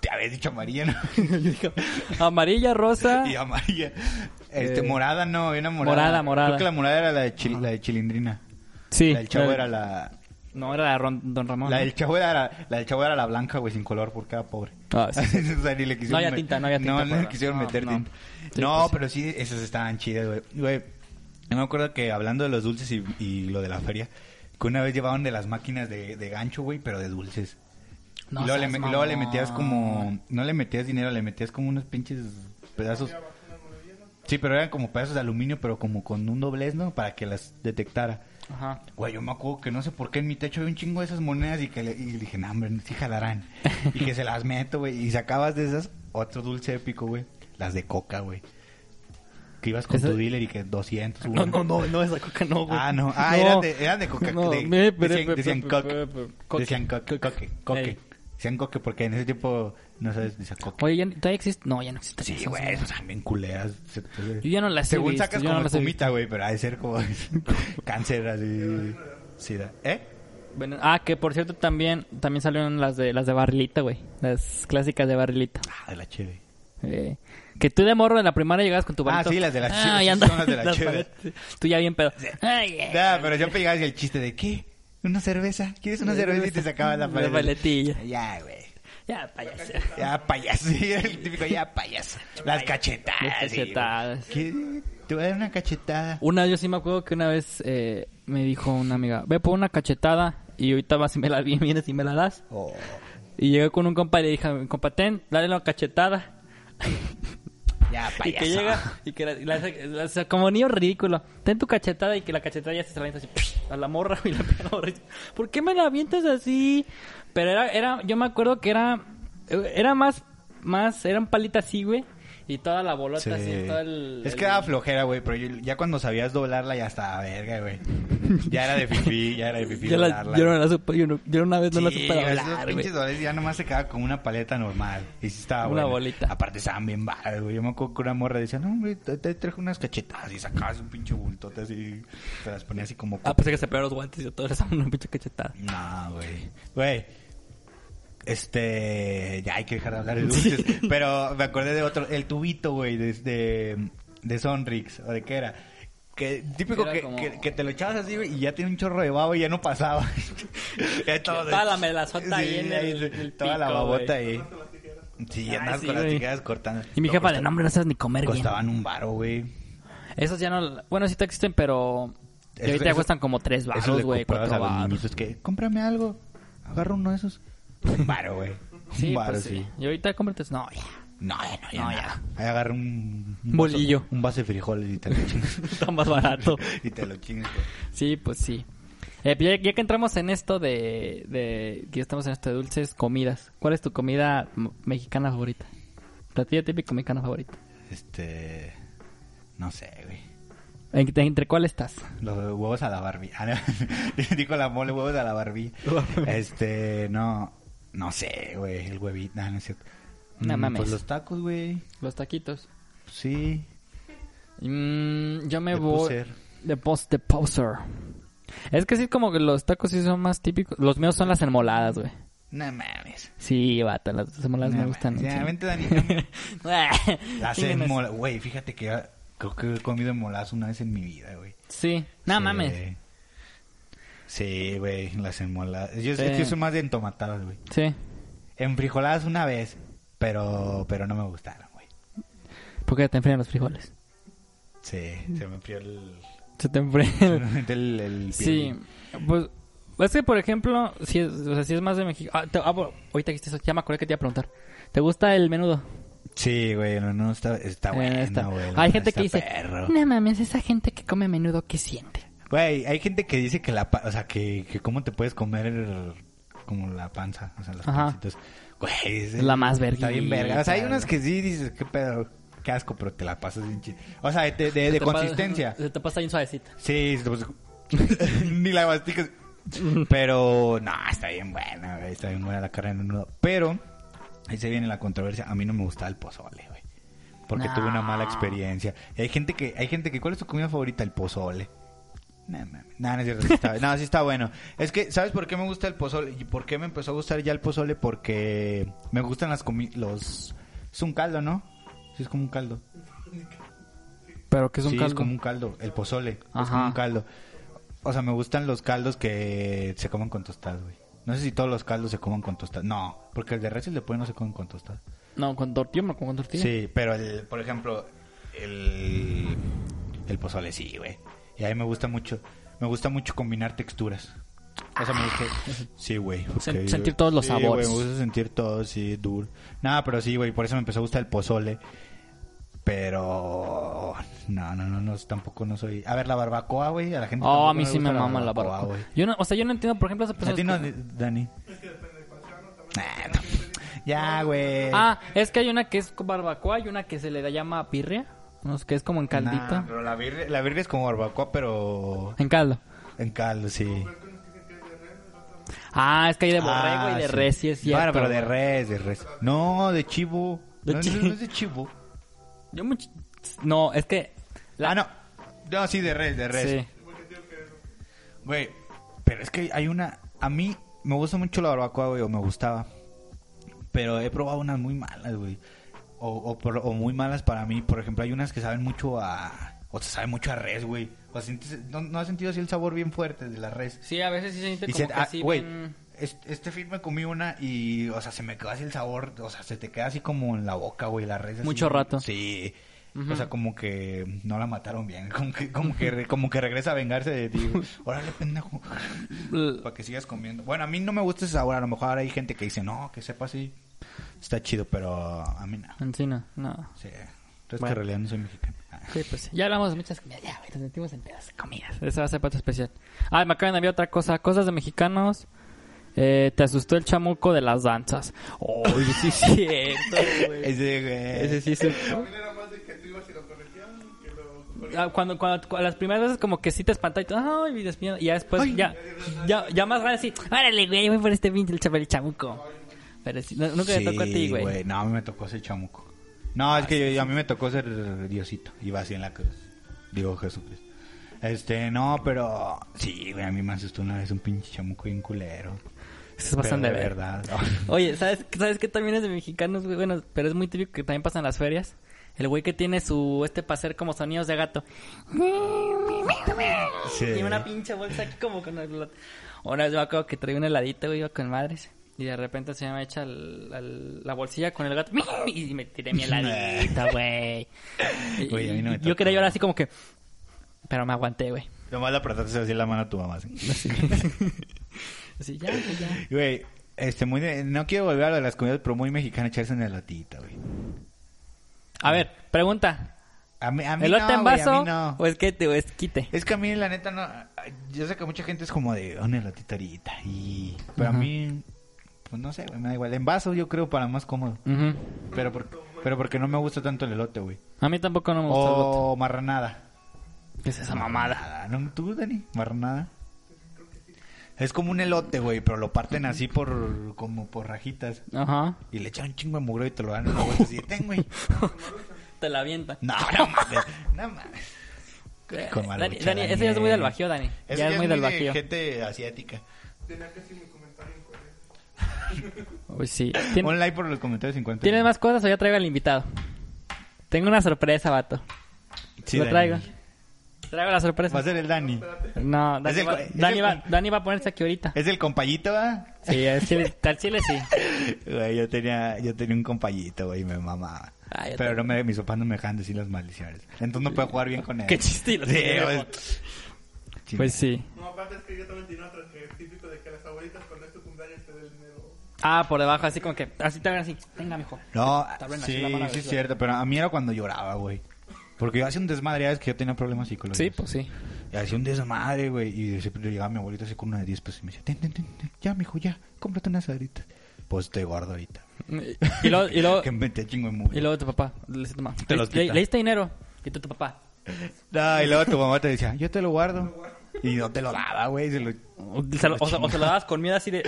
Speaker 2: Te habías dicho amarilla, ¿no?
Speaker 1: Yo dije, amarilla, rosa...
Speaker 2: Y amarilla. Este,
Speaker 1: Ah. Eh,
Speaker 2: morada no, había una morada.
Speaker 1: morada, morada.
Speaker 2: Creo que la morada era la de, chil- la de Chilindrina.
Speaker 1: Sí.
Speaker 2: La del chavo
Speaker 1: la-
Speaker 2: era la...
Speaker 1: No, era la Ron- Don Ramón.
Speaker 2: La
Speaker 1: ¿no?
Speaker 2: del chavo era la, la del chavo era la blanca, güey, sin color, porque era pobre.
Speaker 1: Ah, sí, sí.
Speaker 2: O sea, ni le quisieron
Speaker 1: No había
Speaker 2: met-
Speaker 1: tinta, no había tinta,
Speaker 2: No, no le
Speaker 1: ¿verdad?
Speaker 2: quisieron
Speaker 1: No,
Speaker 2: meter
Speaker 1: no.
Speaker 2: tinta.
Speaker 1: Sí,
Speaker 2: no,
Speaker 1: pues sí.
Speaker 2: pero sí, esas estaban chidas, güey. Güey, yo me acuerdo que hablando de los dulces y, y lo de la feria, que una vez llevaban de las máquinas de, de gancho, güey, pero de dulces.
Speaker 1: No
Speaker 2: y luego, le,
Speaker 1: seas
Speaker 2: me- luego le
Speaker 1: mamón.
Speaker 2: metías como... No le metías dinero, le metías como unos pinches pedazos... Sí, pero eran como pedazos de aluminio, pero como con un doblez, ¿no? Para que las detectara.
Speaker 1: Ajá.
Speaker 2: Güey, yo me acuerdo que no sé por qué en mi techo había un chingo de esas monedas y que le, y dije, no, hombre, sí jalarán. Y que se las meto, güey. Y sacabas de esas otro dulce épico, güey. Las de coca, güey. Que ibas con
Speaker 1: Esa-
Speaker 2: tu dealer y que 200, güey.
Speaker 1: No, no, no, no, esa coca no, güey.
Speaker 2: Ah, no. Ah, eran de, eran de coca.
Speaker 1: No,
Speaker 2: de-
Speaker 1: me-
Speaker 2: decían,
Speaker 1: pe-
Speaker 2: decían
Speaker 1: pe-
Speaker 2: coque.
Speaker 1: pe- pe-
Speaker 2: Decían coque, coque, coque.
Speaker 1: Ey.
Speaker 2: Decían coque porque en ese tiempo, no sabes, decía coque.
Speaker 1: Oye, ¿ya, ¿todavía existe? No, ya no existe.
Speaker 2: Sí,
Speaker 1: esas,
Speaker 2: güey, esas están bien culeras. Se- se-
Speaker 1: Yo ya no las he
Speaker 2: Según
Speaker 1: visto,
Speaker 2: sacas
Speaker 1: yo no
Speaker 2: como
Speaker 1: las he
Speaker 2: espumita, güey, pero ha de ser como cáncer, así. sida. ¿Eh?
Speaker 1: Bueno, ah, que por cierto también también salieron las de las de barrilita, güey. Las clásicas de barrilita.
Speaker 2: Ah, de la cheve.
Speaker 1: Eh, que tú de morro en la primaria llegabas con tu
Speaker 2: Ah,
Speaker 1: barrito.
Speaker 2: sí, las de la cheve, sí,
Speaker 1: ya
Speaker 2: son
Speaker 1: anda-
Speaker 2: las de la cheve.
Speaker 1: paletas. Tú ya bien pedo. Ay, eh.
Speaker 2: Nah, pero yo pegaba el chiste de ¿qué? ¿Una cerveza? ¿Quieres una cerveza? Y te sacaba la
Speaker 1: La
Speaker 2: paleta.
Speaker 1: paletilla.
Speaker 2: Ya, güey.
Speaker 1: Ya, payaso.
Speaker 2: Ya, payaso. Sí, era el típico, ya, payaso. Las cachetadas.
Speaker 1: Las
Speaker 2: sí, güey.
Speaker 1: cachetadas.
Speaker 2: ¿Qué? Te voy a dar una cachetada.
Speaker 1: Una vez yo sí me acuerdo que una vez eh, me dijo una amiga, ve por una cachetada y ahorita vas y me la vienes y me la das.
Speaker 2: Oh.
Speaker 1: Y llegué con un compa y le dije, a mi compa, ten, dale la cachetada.
Speaker 2: Ya,
Speaker 1: Y
Speaker 2: payaso.
Speaker 1: que llega y que la, la- la- o sea, como niño ridículo. Ten tu cachetada y que la cachetada ya se la avienta así ¡psh! a la morra y la pega a la morra. ¿Por qué me la avientas así? Pero era era yo me acuerdo que era eh, era más más eran palitas así, güey, y toda la bolota
Speaker 2: Sí.
Speaker 1: así, todo el
Speaker 2: es
Speaker 1: el-
Speaker 2: que daba flojera, güey, pero yo- ya cuando sabías doblarla ya estaba verga, güey. Ya era de fifí, ya era de fifí
Speaker 1: yo, la-
Speaker 2: doblarla.
Speaker 1: yo no la supe, yo, no- yo una vez no la
Speaker 2: Sí,
Speaker 1: supe
Speaker 2: esos
Speaker 1: hablar, güey.
Speaker 2: pinches dólares ya nomás se quedaba con una paleta normal. Y sí estaba
Speaker 1: Una
Speaker 2: buena.
Speaker 1: bolita.
Speaker 2: Aparte estaban bien balas, güey. Yo me acuerdo que una morra decía, no, hombre, te, te traje unas cachetadas y sacabas un pinche bultote así. Te las ponía así como...
Speaker 1: Ah, pensé que se pegaron los guantes y todo, les daba una pinche cachetada.
Speaker 2: No, güey. Güey. Este... Ya hay que dejar de hablar de dulces. Pero me acordé de otro. El tubito, güey, de, de, de Sonrix. ¿O de qué era? Que, típico
Speaker 1: Era
Speaker 2: que,
Speaker 1: como-
Speaker 2: que, que te lo echabas así, güey, y ya tiene un chorro de baba y ya no pasaba. ya estaba de-
Speaker 1: Toda la melazota ahí en el-
Speaker 2: sí,
Speaker 1: el
Speaker 2: Toda la
Speaker 1: pico,
Speaker 2: babota
Speaker 1: güey.
Speaker 2: ahí. Sí,
Speaker 1: Ay,
Speaker 2: andabas
Speaker 1: sí,
Speaker 2: con las
Speaker 1: güey.
Speaker 2: tijeras cortando.
Speaker 1: Y mi
Speaker 2: Lo
Speaker 1: jefa de
Speaker 2: costa-
Speaker 1: nombre no sabes ni comer bien.
Speaker 2: Costaban un varo, güey.
Speaker 1: Esos ya no, bueno, sí te existen, pero y
Speaker 2: Esos-
Speaker 1: ahorita ya
Speaker 2: esos-
Speaker 1: cuestan como tres
Speaker 2: Esos
Speaker 1: baros,
Speaker 2: le
Speaker 1: güey,
Speaker 2: comprabas
Speaker 1: cuatro
Speaker 2: a los
Speaker 1: baros.
Speaker 2: niñitos que, cómprame algo. Agarra uno de esos.
Speaker 1: Pues
Speaker 2: Un varo, güey.
Speaker 1: Sí,
Speaker 2: un varo,
Speaker 1: pues,
Speaker 2: sí.
Speaker 1: sí. Y ahorita cómprates, no, ya.
Speaker 2: No, ya no, ya.
Speaker 1: No,
Speaker 2: nada. Ahí agarra un,
Speaker 1: Un bolillo.
Speaker 2: vaso- un vaso de frijoles y te lo chingas.
Speaker 1: Está más barato.
Speaker 2: y te lo chingas, güey.
Speaker 1: Sí, pues sí. Eh, ya, ya que entramos en esto de, de- que ya estamos en esto de dulces, comidas. ¿Cuál es tu comida m- mexicana favorita? Platillo típico mexicano favorito.
Speaker 2: Este. No sé, güey.
Speaker 1: ¿En- ¿Entre cuál estás?
Speaker 2: Los huevos a la barbilla. Ah, no. Dijo la mole, huevos a la barbilla. este, no. No sé, güey. El huevito. Ah, No, no es cierto.
Speaker 1: No
Speaker 2: Mm,
Speaker 1: mames.
Speaker 2: Pues los tacos, güey.
Speaker 1: Los taquitos.
Speaker 2: Sí.
Speaker 1: Mm, yo me
Speaker 2: De
Speaker 1: voy
Speaker 2: poser.
Speaker 1: de pos de poser. Es que sí como que los tacos sí son más típicos. Los míos son las enmoladas, güey.
Speaker 2: No mames.
Speaker 1: Sí, vato, las enmoladas
Speaker 2: No
Speaker 1: me gustan.
Speaker 2: mames. Ya,
Speaker 1: sí.
Speaker 2: vente, Dani. Las
Speaker 1: Chinguen eso.
Speaker 2: enmola- Güey, fíjate que ya- creo que he comido enmoladas una vez en mi vida, güey.
Speaker 1: Sí, no
Speaker 2: Sí.
Speaker 1: mames.
Speaker 2: Sí, güey, las enmoladas. Yo,
Speaker 1: Sí.
Speaker 2: es que soy más de entomatadas, güey.
Speaker 1: Sí.
Speaker 2: En frijoladas una vez, pero pero no me gustaron, güey.
Speaker 1: Porque te enfrían los frijoles.
Speaker 2: Sí, se me enfrió el...
Speaker 1: Se te enfrían.
Speaker 2: el, el
Speaker 1: sí.
Speaker 2: piel.
Speaker 1: Pues, es que, por ejemplo, si es, o sea, si es más de México. Ah, te- ah, bueno, ahorita dijiste eso. Ya me acordé que te iba a preguntar. ¿Te gusta el menudo?
Speaker 2: Sí, güey, no, no, está, está
Speaker 1: Eh,
Speaker 2: bueno,
Speaker 1: está.
Speaker 2: güey.
Speaker 1: Hay gente
Speaker 2: está
Speaker 1: que dice,
Speaker 2: perro.
Speaker 1: no mames, esa gente que come menudo, ¿qué siente?
Speaker 2: Güey, hay gente que dice que la... pa- O sea, que, que cómo te puedes comer el- como la panza, o sea, las
Speaker 1: Ajá.
Speaker 2: pancitas. Güey, es
Speaker 1: Es la más
Speaker 2: Está bien
Speaker 1: verguita,
Speaker 2: verga. O sea, hay
Speaker 1: güey.
Speaker 2: unas que sí dices, qué pedo. qué asco, pero te la pasas bien chida. O sea, de, de- de
Speaker 1: Se te pa-
Speaker 2: consistencia.
Speaker 1: Se te pasa bien suavecita.
Speaker 2: Sí, pues, ni la masticas. Pero, no, está bien buena, güey, Está bien buena la carne de menudo. Pero, ahí se viene la controversia. A mí no me gustaba el pozole, güey. Porque
Speaker 1: No.
Speaker 2: tuve una mala experiencia. Y hay gente que, hay gente que, ¿cuál es tu comida favorita? El pozole. No, mames. No, no es cierto, sí está- no, sí está bueno. Es que, ¿sabes por qué me gusta el pozole? ¿Y por qué me empezó a gustar ya el pozole? Porque me gustan las comi... los... Es un caldo, ¿no? Sí, es como un caldo
Speaker 1: Pero que es un
Speaker 2: sí,
Speaker 1: caldo.
Speaker 2: es como un caldo, el pozole. Es
Speaker 1: Ajá.
Speaker 2: como un caldo. O sea, me gustan los caldos que se comen con tostadas, güey. No sé si todos los caldos se comen con tostadas. No, porque el de res y el de pollo no se comen con tostadas.
Speaker 1: No, con tortilla, me lo como con
Speaker 2: Sí,
Speaker 1: tortilla.
Speaker 2: pero el, por ejemplo, el, el pozole sí, güey. Y a mí me gusta mucho, me gusta mucho combinar texturas. O sea, me gusta... Sí, güey. ok,
Speaker 1: Ah. Sen-
Speaker 2: güey.
Speaker 1: sentir todos los
Speaker 2: Sí, güey,
Speaker 1: sabores.
Speaker 2: me gusta sentir todo, sí, duro. Nada, pero sí, güey, por eso me empezó a gustar el pozole. Pero... No, no, no, no, tampoco no soy... A ver, la barbacoa, güey, a la gente...
Speaker 1: Oh,
Speaker 2: tampoco
Speaker 1: a mí
Speaker 2: le
Speaker 1: sí me
Speaker 2: gusta
Speaker 1: mama la barbacoa.
Speaker 2: güey.
Speaker 1: Yo no, o sea, yo no entiendo, por ejemplo, esas
Speaker 2: A
Speaker 1: personas
Speaker 2: ti no,
Speaker 1: que-
Speaker 2: Dani.
Speaker 3: Pues Es que depende de cuál sea, ¿no? También
Speaker 2: Nah, no. Ya, güey.
Speaker 1: Ah, es que hay una que es con barbacoa y una que se le llama pirria. No sé, que es como en caldito.
Speaker 2: Nah, pero la birria, la birria es como barbacoa, pero...
Speaker 1: En caldo.
Speaker 2: En caldo, sí.
Speaker 1: Ah, es que hay de borrego
Speaker 2: Ah,
Speaker 1: y de
Speaker 2: sí.
Speaker 1: res, sí es cierto.
Speaker 2: Bueno, pero de
Speaker 1: güey.
Speaker 2: res, de res. No, de chivo.
Speaker 1: De
Speaker 2: no,
Speaker 1: chi-
Speaker 2: no es de chivo.
Speaker 1: Yo much- No, es que... la-
Speaker 2: Ah, no. No, sí, de res, de res.
Speaker 1: Sí.
Speaker 2: Güey, pero es que hay una... A mí me gusta mucho la barbacoa, güey, o me gustaba. Pero he probado unas muy malas, güey. O, o por- o muy malas para mí. Por ejemplo, hay unas que saben mucho a... O se sabe mucho a res, güey. O sientes- no, no has sentido así el sabor bien fuerte de la res.
Speaker 1: Sí, a veces sí se siente
Speaker 2: Y
Speaker 1: como
Speaker 2: se-
Speaker 1: que
Speaker 2: ah,
Speaker 1: así
Speaker 2: güey,
Speaker 1: bien-
Speaker 2: es- este film me comí una y, o sea, se me quedó así el sabor, o sea, se te queda así como en la boca, güey, la res. así.
Speaker 1: Mucho rato.
Speaker 2: Sí.
Speaker 1: Ujú.
Speaker 2: O sea, como que no la mataron bien, como que, como que, re- como que regresa a vengarse de ti. güey. Órale, pendejo,
Speaker 1: L-
Speaker 2: para que sigas comiendo. Bueno, a mí no me gusta ese sabor, a lo mejor hay gente que dice, no, que sepa así, está chido, pero a mí no.
Speaker 1: Encina, no.
Speaker 2: Sí. Entonces, que
Speaker 1: Bueno.
Speaker 2: en realidad no soy mexicano.
Speaker 1: Sí, pues sí. Ya hablamos de muchas comidas, ya, güey, nos metimos en pedazos de comidas. Esa va a ser parte especial. Ah, me acaban de enviar otra cosa. Cosas de mexicanos. Eh, te asustó el chamuco de las danzas. Uy, sí es cierto, güey.
Speaker 2: Ese, güey.
Speaker 1: Ese sí
Speaker 3: A
Speaker 1: se...
Speaker 3: mí era más de que tú ibas y lo corregías, que lo corregías.
Speaker 1: Ah, Cuando, cuando, cu- las primeras veces como que sí te espanta y tú, ay, mi Dios mío", y ya después,
Speaker 2: Ay.
Speaker 1: ya, ya, ya más grande sí, órale, güey, voy por este pinche el chaval chamuco. Pero sí, no- nunca te tocó a ti, güey.
Speaker 2: No, a mí me tocó ese chamuco. No, es que yo- a mí me tocó ser Diosito. Iba así en la cruz. Digo Jesucristo. Este, no, pero sí, güey, a mí me asustó una vez un pinche chamuco bien culero.
Speaker 1: Eso es bastante
Speaker 2: Pero de
Speaker 1: ver.
Speaker 2: verdad.
Speaker 1: Oye, ¿sabes, ¿sabes qué también es de mexicanos, güey? Bueno, pero es muy típico que también pasa en las ferias. El güey que tiene su, este para hacer como sonidos de gato.
Speaker 2: Sí.
Speaker 1: Tiene una pinche bolsa aquí como con el... Una vez me acuerdo que traía un heladito, güey, iba con madres. Y de repente se me echa el- al- la bolsilla con el gato. Y me tiré mi heladito, güey. Y-
Speaker 2: Güey, a mí no me
Speaker 1: Yo
Speaker 2: tocó.
Speaker 1: quería llorar así como que... Pero me aguanté, güey.
Speaker 2: Nomás le apretaste así la mano a tu mamá. así.
Speaker 1: Así, ya, güey, ya.
Speaker 2: Güey, este, muy de- no quiero volver a lo de las comidas, pero muy mexicana echarse en la latita, güey.
Speaker 1: A ver, pregunta.
Speaker 2: A mí, a mí
Speaker 1: ¿Elote
Speaker 2: no,
Speaker 1: en
Speaker 2: güey, a
Speaker 1: vaso
Speaker 2: mí no. Eh.
Speaker 1: o es que te o es quite?
Speaker 2: Es que a mí, la neta, no. Yo sé que mucha gente es como de una latita ahorita. Y. Pero
Speaker 1: Ajá.
Speaker 2: a mí. Pues no sé, güey, me da igual. En vaso, yo creo, para más cómodo.
Speaker 1: Ujú.
Speaker 2: Pero, por- pero porque no me gusta tanto el elote, güey.
Speaker 1: A mí tampoco no me gusta el voto.
Speaker 2: O marranada.
Speaker 1: ¿Qué es esa mamada?
Speaker 2: Marranada, ¿No? ¿Tú, Dani? Marranada. Es como un elote, güey, pero lo parten así por. como por rajitas.
Speaker 1: Ajá.
Speaker 2: Y le echan un chingo de mugre y te lo dan en una vuelta así. Ten, güey.
Speaker 1: Te la avienta. Eh,
Speaker 2: No, no mames. No mames. Con marucha,
Speaker 1: Dani, Dani, ese ya es muy del bajío, Dani.
Speaker 2: eh. Ese
Speaker 1: ya es muy del
Speaker 2: de
Speaker 1: bajío.
Speaker 2: gente asiática.
Speaker 3: Tenía que decir mi comentario incoherente.
Speaker 1: Uy, sí. ¿Tien-
Speaker 2: Un like por los comentarios 50.
Speaker 1: ¿Tienes más cosas o ya traigo al invitado? Tengo una sorpresa, vato.
Speaker 2: Sí,
Speaker 1: Lo
Speaker 2: Dani.
Speaker 1: traigo. Traigo la
Speaker 2: Va
Speaker 1: sorpresa.
Speaker 2: a ser el Dani.
Speaker 1: No,
Speaker 2: Es
Speaker 1: Dani,
Speaker 2: el
Speaker 1: va,
Speaker 2: co- es
Speaker 1: Dani,
Speaker 2: el
Speaker 1: va,
Speaker 2: co-
Speaker 1: Dani va a ponerse aquí ahorita.
Speaker 2: ¿Es el compayito, va?
Speaker 1: Sí, al chile, al chile sí.
Speaker 2: Güey, yo tenía, yo tenía un compayito, güey, y me mamaba.
Speaker 1: Ah, yo
Speaker 2: Pero
Speaker 1: también.
Speaker 2: no me, mis papás no me dejaban decir las maldiciones. Entonces no puedo jugar bien con él.
Speaker 1: Qué chiste, y lo
Speaker 2: Sí,
Speaker 1: tiene
Speaker 2: güey.
Speaker 1: lejos. Pues sí.
Speaker 3: No, aparte es que yo también tenía otro que es típico de que las abuelitas cuando es tu cumpleaños te den dinero.
Speaker 1: Ah, por debajo, así como que. Así te ven así. Venga, mijo.
Speaker 2: No,
Speaker 1: Te abren así
Speaker 2: sí,
Speaker 1: la mano,
Speaker 2: sí es
Speaker 1: ¿verdad?
Speaker 2: cierto, pero a mí era cuando lloraba, güey. Porque yo hacía un desmadre, ya ves que yo tenía problemas psicológicos.
Speaker 1: Sí, pues sí.
Speaker 2: Y hacía un desmadre, pues, güey. Y siempre llegaba mi abuelito así con una de 10 pesos y me decía, ten, ten, ten, ten, ya, mijo, ya, cómprate unas sabritas. pues estoy gordo ahorita.
Speaker 1: Y luego, y luego,
Speaker 2: Que me metí a chingo de mugre.
Speaker 1: y luego tu papá. Le dice a tu mamá,
Speaker 2: Te los
Speaker 1: "Le- le-
Speaker 2: quita.
Speaker 1: le diste dinero. Y tú, tu papá.
Speaker 2: No, y luego tu mamá te decía, yo te lo guardo. Y no te lo daba, güey. se lo-
Speaker 1: O se lo, o se- o se lo dabas con miedo así de.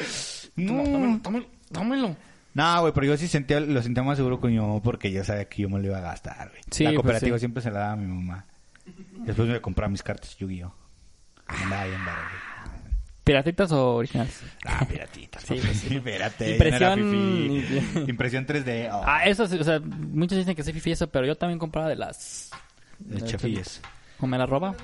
Speaker 2: No.
Speaker 1: Tómalo, tómalo, tómalo.
Speaker 2: No, güey, pero yo sí sentía, lo sentía más seguro con mi mamá porque yo sabía que yo me lo iba a gastar, güey.
Speaker 1: Sí,
Speaker 2: la
Speaker 1: pues
Speaker 2: cooperativa
Speaker 1: sí.
Speaker 2: siempre se la daba a mi mamá. Después me iba a comprar mis cartas Yu-Gi-Oh. Andaba bien barato. güey.
Speaker 1: ¿Piratitas o originales?
Speaker 2: Ah, piratita.
Speaker 1: Sí, pues sí.
Speaker 2: Espérate.
Speaker 1: Impresión-
Speaker 2: yo no era fifí. Impresión 3D. Oh,
Speaker 1: Ah, eso sí, o sea, muchos dicen que soy fifi eso, pero yo también compraba de las.
Speaker 2: de chafillas.
Speaker 1: ¿O me la roba?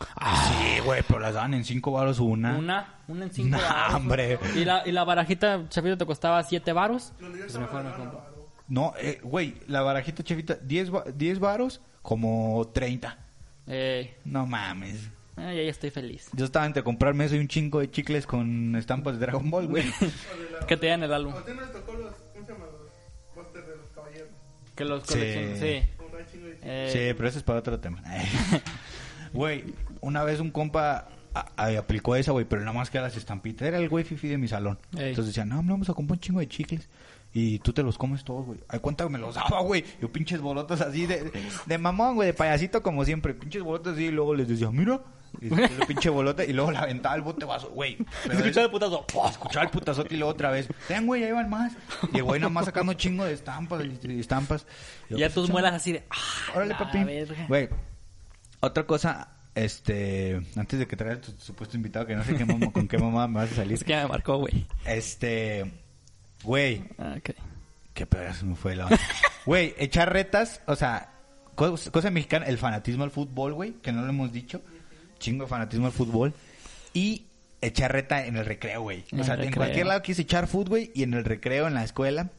Speaker 2: Sí, güey, pero las daban en 5 baros una.
Speaker 1: Una, una en cinco.
Speaker 2: No,
Speaker 1: varos.
Speaker 2: hombre.
Speaker 1: Y la, y la barajita, chapito, te costaba siete varos.
Speaker 3: Donde yo estaba
Speaker 1: mejor me
Speaker 3: regalaban
Speaker 1: compro.
Speaker 3: algo.
Speaker 2: No, eh, güey, la barajita chafita, 10 ba- 10 varos, como 30.
Speaker 1: Eh,
Speaker 2: No mames.
Speaker 1: ay, ahí estoy feliz.
Speaker 2: Yo estaba entre comprarme eso y un chingo de chicles con estampas de Dragon Ball, güey.
Speaker 3: O de la-
Speaker 1: Que te dan el álbum.
Speaker 3: A usted no les tocó los, ¿cómo se llama? Los pósters de los caballeros.
Speaker 1: Que los
Speaker 2: Sí.
Speaker 1: colecciones. Sí.
Speaker 3: Con un chingo de chicles.
Speaker 1: Eh,
Speaker 2: Sí, pero eso es para otro tema. Güey, una vez un compa a- a- aplicó esa, güey, pero nada más que a las estampitas. Era el güey fifi de mi salón.
Speaker 1: Ey.
Speaker 2: Entonces decía, no, hombre, vamos a comprar un chingo de chicles. Y tú te los comes todos, güey. Ay, cuánta me los daba, güey. Yo pinches bolotas así de, de mamón, güey, de payasito como siempre. Pinches bolotas así y luego les decía, mira. Y después la pinche bolota y luego la aventaba al bote vaso, güey. Pero de-
Speaker 1: Escuchaba el putazo.
Speaker 2: escuchaba el putazote y luego otra vez. Ten, güey, ahí van más. Y el güey nada más sacando chingo de estampas y estampas. Y yo,
Speaker 1: Y ya
Speaker 2: pues,
Speaker 1: tus
Speaker 2: échale.
Speaker 1: muelas así de. ah,
Speaker 2: Órale,
Speaker 1: la
Speaker 2: papi.
Speaker 1: verga.
Speaker 2: Güey, otra cosa, este, antes de que traiga tu supuesto invitado, que no sé qué mam- con qué mamá me vas a
Speaker 1: Es
Speaker 2: salir.
Speaker 1: que ya me marcó, güey.
Speaker 2: Este, güey,
Speaker 1: Ah, ok.
Speaker 2: qué pedazo me fue la onda. Güey, echar retas, o sea, cos- cosa mexicana, el fanatismo al fútbol, güey, que no lo hemos dicho. Chingo de fanatismo al fútbol. Y echar reta en el recreo, güey.
Speaker 1: En
Speaker 2: O
Speaker 1: el
Speaker 2: sea, en
Speaker 1: recreo.
Speaker 2: cualquier lado quise echar fútbol, güey, y en el recreo, en la escuela.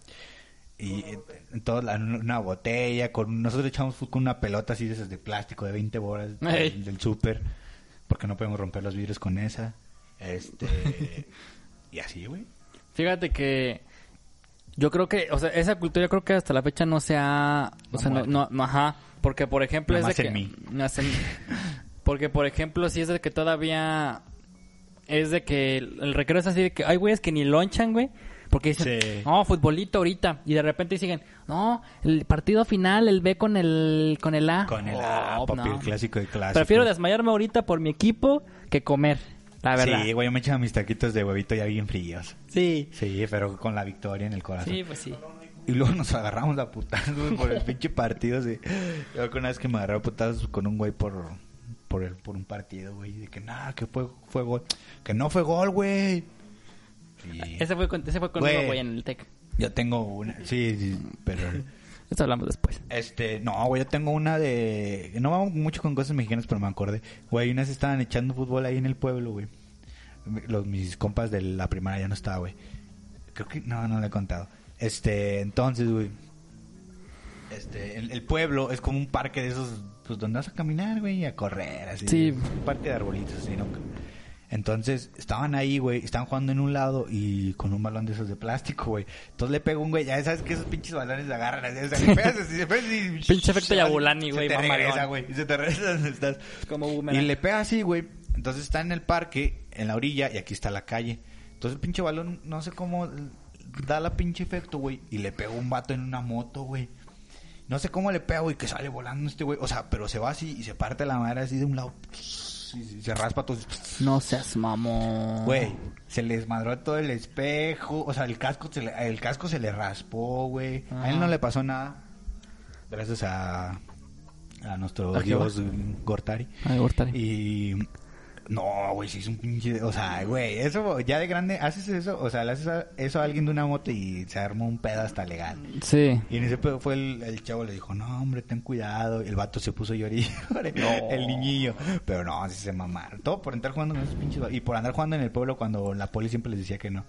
Speaker 2: Y en todos la- una botella, con nosotros echamos fútbol con una pelota así de esas de plástico de 20 bolas
Speaker 1: Ey.
Speaker 2: del, del súper, porque no podemos romper los vidrios con esa. Este y así, güey.
Speaker 1: Fíjate que yo creo que, o sea, esa cultura yo creo que hasta la fecha no se ha, o
Speaker 2: No
Speaker 1: sea, no,
Speaker 2: muerto.
Speaker 1: no, no, ajá, porque por ejemplo es
Speaker 2: Nomás
Speaker 1: de que,
Speaker 2: en mí.
Speaker 1: no, es en- porque por ejemplo si es de que todavía es de que el el recreo es así de que hay güeyes que ni lonchan, güey. Porque dicen,
Speaker 2: Sí.
Speaker 1: no, futbolito ahorita. Y de repente siguen, no, el partido final, el B con el, con el A.
Speaker 2: Con el ah,
Speaker 1: Oh,
Speaker 2: papi,
Speaker 1: no.
Speaker 2: el clásico de clásico.
Speaker 1: Prefiero desmayarme ahorita por mi equipo que comer, la verdad.
Speaker 2: Sí, güey, yo me echaba mis taquitos de huevito ya bien fríos.
Speaker 1: Sí,
Speaker 2: Sí, pero con la victoria en el corazón.
Speaker 1: sí, pues sí.
Speaker 2: Y luego nos agarramos a putazos güey, por el pinche partido. Sí. Yo creo que una vez que me agarré a putazos con un güey por, por, el, por un partido, güey. De que nada, que fue, fue gol. Que no fue gol, güey. Sí.
Speaker 1: Ese fue, con, ese fue conmigo,
Speaker 2: Güey.
Speaker 1: güey, en el TEC.
Speaker 2: Yo tengo una. Sí, sí, pero.
Speaker 1: Eso hablamos después.
Speaker 2: Este, no, güey, yo tengo una de... No vamos mucho con cosas mexicanas, pero me acordé. Güey, unas estaban echando fútbol ahí en el pueblo, güey. Los, mis compas de la primaria ya no estaba, güey. Creo que... No, no le he contado. Este, entonces, güey. Este, el, el pueblo es como un parque de esos... Pues donde vas a caminar, güey, y a correr, así.
Speaker 1: Sí.
Speaker 2: Un parque de arbolitos, así, ¿no? Entonces, estaban ahí, güey, estaban jugando en un lado y con un balón de esos de plástico, güey. Entonces le pegó un güey, ya sabes que esos pinches balones agarran, así, o sea, le pegas así, le pegas y-
Speaker 1: Pinche efecto Yabulani, güey,
Speaker 2: Se te
Speaker 1: mamalón.
Speaker 2: regresa, güey, y se te regresa donde estás.
Speaker 1: Como
Speaker 2: Y
Speaker 1: boomerang.
Speaker 2: le pega así, güey. Entonces está en el parque, en la orilla, y aquí está la calle. Entonces el pinche balón, no sé cómo da la pinche efecto, güey, y le pega un vato en una moto, güey. No sé cómo le pega, güey, que sale volando este güey. O sea, pero se va así y se parte la madre así de un lado. Y se raspa todo.
Speaker 1: No seas mamón.
Speaker 2: Güey, se le desmadró todo el espejo, o sea, el casco se le, el casco se le raspó, güey. A él
Speaker 1: Ajá.
Speaker 2: no le pasó nada. Gracias a a nuestro
Speaker 1: ¿A Jehová?
Speaker 2: dios mm, Gortari.
Speaker 1: Ay, Gortari.
Speaker 2: Y no, güey, se hizo un pinche, o sea, güey, eso ya de grande haces eso, o sea, le haces a- eso a alguien de una moto y se armó un pedo hasta legal.
Speaker 1: Sí.
Speaker 2: Y en ese pedo fue el, el chavo, le dijo, no, hombre, ten cuidado. Y el vato se puso a llorar y llore,
Speaker 1: No.
Speaker 2: el niñillo. Pero no, así se mamaron. Todo por entrar jugando con esos pinches... val- Y por andar jugando en el pueblo cuando la poli siempre les decía que no.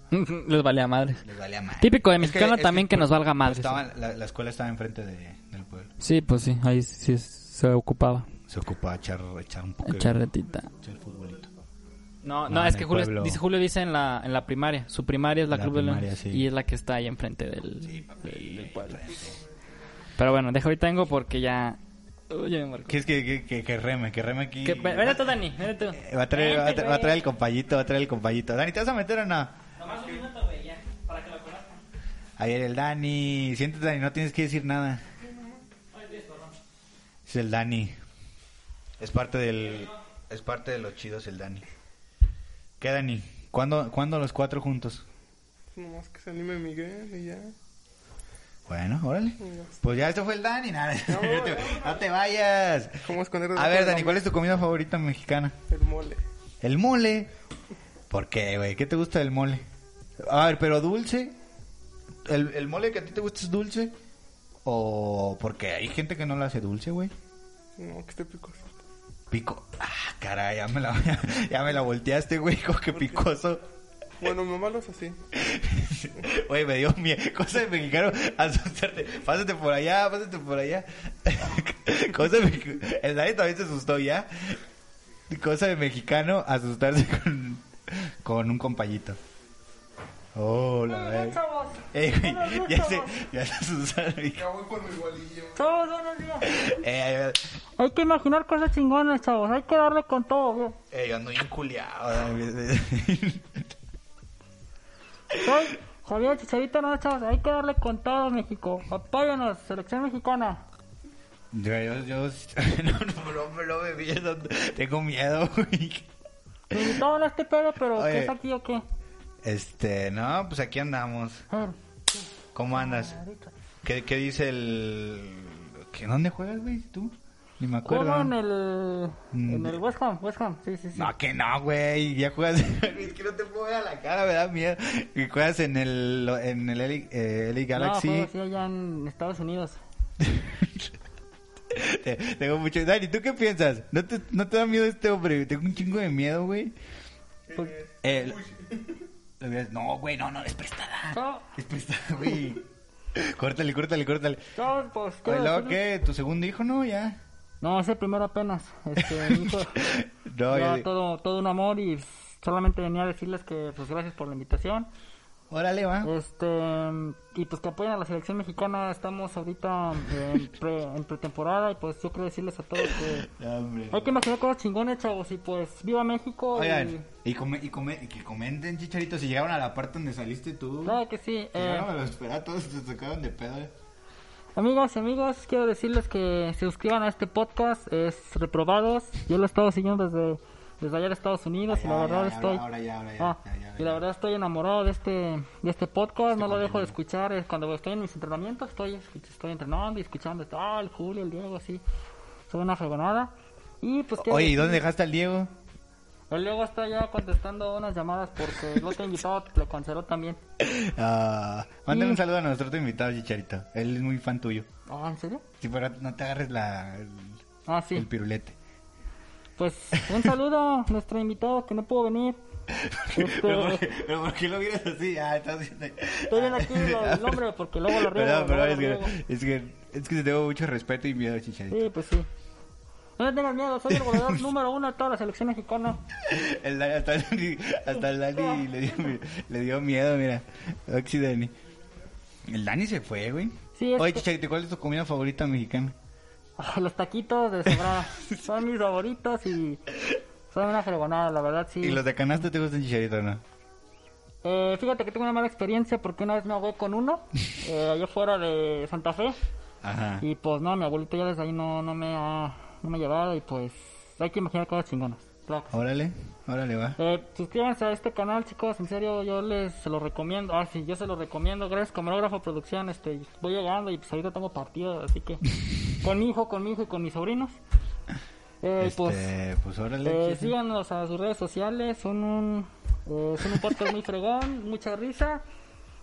Speaker 1: Les valía madre.
Speaker 2: Les valía madre.
Speaker 1: Típico de
Speaker 2: Es
Speaker 1: mexicano
Speaker 2: es
Speaker 1: también que nos valga madre,
Speaker 2: estaba- la, la escuela estaba enfrente de- del pueblo.
Speaker 1: Sí, pues sí, ahí sí se ocupaba.
Speaker 2: Se ocupaba echar, echar un poco
Speaker 1: Echar
Speaker 2: de...
Speaker 1: retita.
Speaker 2: Echar futbolito.
Speaker 1: No, no,
Speaker 2: No,
Speaker 1: es
Speaker 2: en
Speaker 1: que
Speaker 2: el
Speaker 1: Julio
Speaker 2: pueblo.
Speaker 1: dice, Julio dice en la, en la primaria. Su primaria es la,
Speaker 2: La
Speaker 1: Club de Leones
Speaker 2: primaria, sí.
Speaker 1: y es la que está ahí enfrente del, del- del pueblo. Pero bueno, dejo ahorita vengo porque ya. Uy, ya me marcó.
Speaker 2: ¿Qué es que, que, que, que reme? Que reme aquí.
Speaker 1: Que- Vete tú, Dani, vete tú.
Speaker 2: Eh, Va a, traer, va, a traer, va a traer el compayito, va a traer el compayito. Dani, ¿te vas a meter o no?
Speaker 1: Nomás un minuto, güey, ya.
Speaker 2: Ayer el Dani. Siéntate, Dani, no tienes que decir nada. Es el Dani. Es parte del. Es parte de los chidos el Dani. ¿Qué, Dani? ¿Cuándo, ¿cuándo los cuatro juntos?
Speaker 3: Nomás que se anime Miguel y ya.
Speaker 2: Bueno, órale. Pues ya, esto fue el Dani. Nada. No, te, no te vayas.
Speaker 3: ¿Cómo esconder
Speaker 2: A ver, Dani, ¿cuál es tu comida favorita mexicana?
Speaker 3: El mole.
Speaker 2: El mole. ¿Por qué, güey? ¿Qué te gusta del mole? A ver, pero dulce. ¿El, el mole que a ti te gusta es dulce? ¿O porque hay gente que no lo hace dulce, güey?
Speaker 3: No, que esté picoso.
Speaker 2: Pico. Ah, caray, ya me la, ya, me la volteaste, güey. Como que picoso.
Speaker 3: Bueno, mi mamá los así.
Speaker 2: Güey, me dio miedo. Cosa de mexicano asustarte. Pásate por allá, pásate por allá. Cosa de mex- El Dani también se asustó ya. Cosa de mexicano asustarse con, con un compañito. Oh, la verdad.
Speaker 4: Chavos,
Speaker 2: Eh, güey, ya se, ya se asustaron.
Speaker 3: Ya voy por mi bolillo.
Speaker 4: todos buenos días.
Speaker 2: Eh,
Speaker 4: Hay que imaginar cosas chingonas, chavos. Hay que darle con todo, güey.
Speaker 2: eh, yo ando bien culiado.
Speaker 4: Soy Javier Chicharito, no, chavos. Hay que darle con todo, México. Apóyanos, selección mexicana.
Speaker 2: Yo, yo, yo- no, no, no, me lo bebí, no, tengo miedo, güey.
Speaker 4: Me invitaban a este pedo, pero
Speaker 2: Oye.
Speaker 4: ¿qué es aquí o qué?
Speaker 2: Este, no, pues aquí andamos.
Speaker 4: A ver,
Speaker 2: ¿Cómo andas?
Speaker 4: ahorita.
Speaker 2: ¿Qué, qué dice el... ¿Qué, ¿Dónde juegas, güey? ¿Tú? Ni me acuerdo.
Speaker 4: ¿Cómo en el, en
Speaker 2: Mm.
Speaker 4: el West Ham? West Ham, sí, sí, sí.
Speaker 2: No, que no, güey. Ya juegas... es que no te puedo ver a la cara, me da miedo. Y juegas en el... En el LA, eh, LA Galaxy.
Speaker 4: No, juego así allá en Estados Unidos.
Speaker 2: Te- Tengo mucho... Dani, ¿tú qué piensas? ¿No te, no te da miedo este hombre? Tengo un chingo de miedo, güey.
Speaker 4: Pues-
Speaker 2: El- lo hubieras- No, güey, no, no, es prestada.
Speaker 4: Chavos,
Speaker 2: Es prestada, güey. córtale, córtale, córtale.
Speaker 4: chavos, pues, ¿qué
Speaker 2: Oye, luego,
Speaker 4: decirles?
Speaker 2: ¿qué? ¿Tu segundo hijo, no? Ya.
Speaker 4: No, ese primero apenas. Este, mi hijo-
Speaker 2: No,
Speaker 4: No,
Speaker 2: yo-
Speaker 4: todo, todo un amor y solamente venía a decirles que pues gracias por la invitación.
Speaker 2: Órale, va.
Speaker 4: Este y pues que apoyen a la selección mexicana, estamos ahorita eh, en, pre- en pretemporada y pues yo quiero decirles a todos que
Speaker 2: No, hombre.
Speaker 4: hay que imaginar cosas chingones, chavos, y pues viva México y
Speaker 2: Oigan, y, come- y, come- y que comenten, chicharito, si llegaron a la parte donde saliste tú.
Speaker 4: claro que sí.
Speaker 2: Si yo
Speaker 4: eh,
Speaker 2: no me lo esperaba, todos se sacaron de pedo. eh.
Speaker 4: Amigos y amigos, quiero decirles que se suscriban a este podcast, es Reprobados. Yo lo he estado siguiendo desde, desde ayer a Estados Unidos y
Speaker 2: Ah,
Speaker 4: la
Speaker 2: ya,
Speaker 4: verdad
Speaker 2: ya,
Speaker 4: estoy...
Speaker 2: ahora, ahora ya, ahora ya,
Speaker 4: Ah,
Speaker 2: ya, ya,
Speaker 4: y la
Speaker 2: ya.
Speaker 4: verdad estoy enamorado de este, de este podcast, no lo dejo de escuchar. eh, Cuando estoy en mis entrenamientos estoy, estoy entrenando y escuchando esto. Ah, el Julio, el Diego, así. Soy una fregonada. Y pues quiero
Speaker 2: Oye, ¿y
Speaker 4: decir-
Speaker 2: dónde dejaste al Diego?
Speaker 4: El Diego está ya contestando unas llamadas porque lo te invitado, lo canceló también.
Speaker 2: Ah, mándale un
Speaker 4: Sí.
Speaker 2: saludo a nuestro otro invitado, chicharito. Él es muy fan tuyo.
Speaker 4: Ah, ¿en serio?
Speaker 2: Si pero no te agarres la, el,
Speaker 4: Ah, sí.
Speaker 2: el pirulete.
Speaker 4: Pues un saludo a nuestro invitado que no pudo venir. Este,
Speaker 2: Pero, ¿por qué, pero ¿por qué lo miras así? Ah, estás haciendo...
Speaker 4: estoy viendo aquí el, el nombre porque luego lo riego.
Speaker 2: Perdón, perdón, es
Speaker 4: luego lo riego.
Speaker 2: que, es que, es que te tengo mucho respeto y miedo, chicharito.
Speaker 4: Sí, pues sí. No le tengas miedo, soy el goleador número uno de toda la selección mexicana.
Speaker 2: El Dani- hasta, el Dani, hasta el Dani le dio, mi- le dio miedo, mira. Oxi Dani. El Dani se fue, güey.
Speaker 4: Sí, es
Speaker 2: Oye,
Speaker 4: que-
Speaker 2: Chicharito, ¿cuál es tu comida favorita mexicana?
Speaker 4: Ah, Los taquitos de sobrada son mis favoritos y son una fregonada, la verdad sí.
Speaker 2: ¿Y los de canasta te gustan, Chicharito, o no?
Speaker 4: Eh, fíjate que tengo una mala experiencia porque una vez me ahogué con uno, eh, allá fuera de Santa Fe,
Speaker 2: Ajá.
Speaker 4: y pues no, mi abuelito ya desde ahí no, no, me, ha, no me ha llevado y pues hay que imaginar cosas chingonas. claro que sí.
Speaker 2: Órale, órale, va.
Speaker 4: Eh, suscríbanse a este canal, chicos. En serio, yo les se lo recomiendo. Ah, sí, yo se lo recomiendo. Gracias, camarógrafo producción. Este, voy llegando y pues ahorita tengo partido, así que con mi hijo, con mi hijo y con mis sobrinos. Eh,
Speaker 2: Este,
Speaker 4: pues
Speaker 2: pues, órale.
Speaker 4: eh,
Speaker 2: Chichi.
Speaker 4: síganos a sus redes sociales. Son un, eh, son un podcast muy fregón, mucha risa.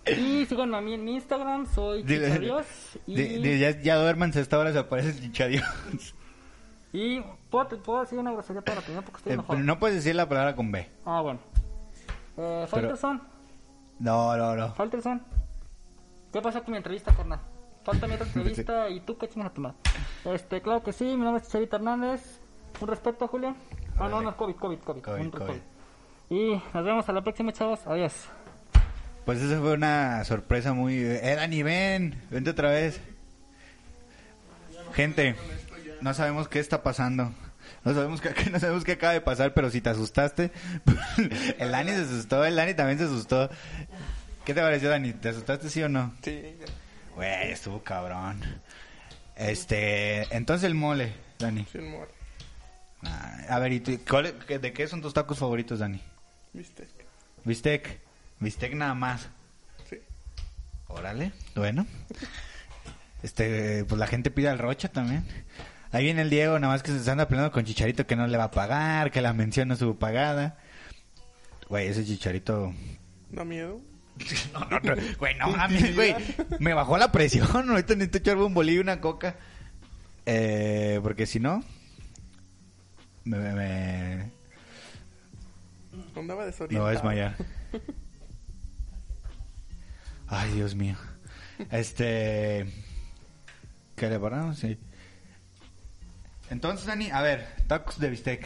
Speaker 4: Y síganme a mí en mi Instagram. Soy
Speaker 2: Dile-
Speaker 4: Chicharios. Y,
Speaker 2: Di- di- ya, ya duérmanse, hasta ahora se aparece el Chicharito.
Speaker 4: y ¿puedo, puedo decir una grosería para ti, ¿no? Porque estoy
Speaker 2: Eh,
Speaker 4: enojado.
Speaker 2: pero no puedes decir la palabra con B.
Speaker 4: Ah, bueno. Eh, Faitelson.
Speaker 2: No, no, no.
Speaker 4: Falterson, ¿qué pasa con mi entrevista, carnal? Falta mi otra entrevista y tú qué chingas a tu madre. Este, claro que sí, mi nombre es Chicharito Hernández. Un respeto, Julio. Ah, no, no, es COVID, COVID, COVID.
Speaker 2: COVID,
Speaker 4: un
Speaker 2: COVID.
Speaker 4: COVID. Y nos vemos a la próxima, chavos. Adiós.
Speaker 2: Pues esa fue una sorpresa muy... Eh, Dani, ven, vente otra vez. Gente, no sabemos qué está pasando. No sabemos qué, no sabemos qué acaba de pasar, pero si te asustaste, el Dani se asustó, el Dani también se asustó. ¿Qué te pareció, Dani? ¿Te asustaste sí o no?
Speaker 3: Sí,
Speaker 2: Güey, estuvo cabrón. Este, entonces el mole, Dani.
Speaker 3: sin mole.
Speaker 2: Ah, A ver, ¿y tú- cuál- ¿de qué son tus tacos favoritos, Dani?
Speaker 3: Viste.
Speaker 2: Bistec. Bistec nada más.
Speaker 3: Sí.
Speaker 2: Órale, bueno. Este, pues la gente pide al Rocha también. Ahí viene el Diego, nada más que se anda peleando con Chicharito que no le va a pagar, que la mención no estuvo pagada. Güey, ese Chicharito...
Speaker 3: ¿Da miedo?
Speaker 2: No, no, no, güey, no mames, güey. Me bajó la presión, ahorita necesito echarme un bolillo y una coca. Eh, porque si no... Me, me, me,
Speaker 3: Andaba
Speaker 2: me
Speaker 3: desorientado.
Speaker 2: voy a desmayar. Ay, Dios mío. Este. ¿Qué le paramos? Sí. Entonces, Dani, a ver, tacos de bistec.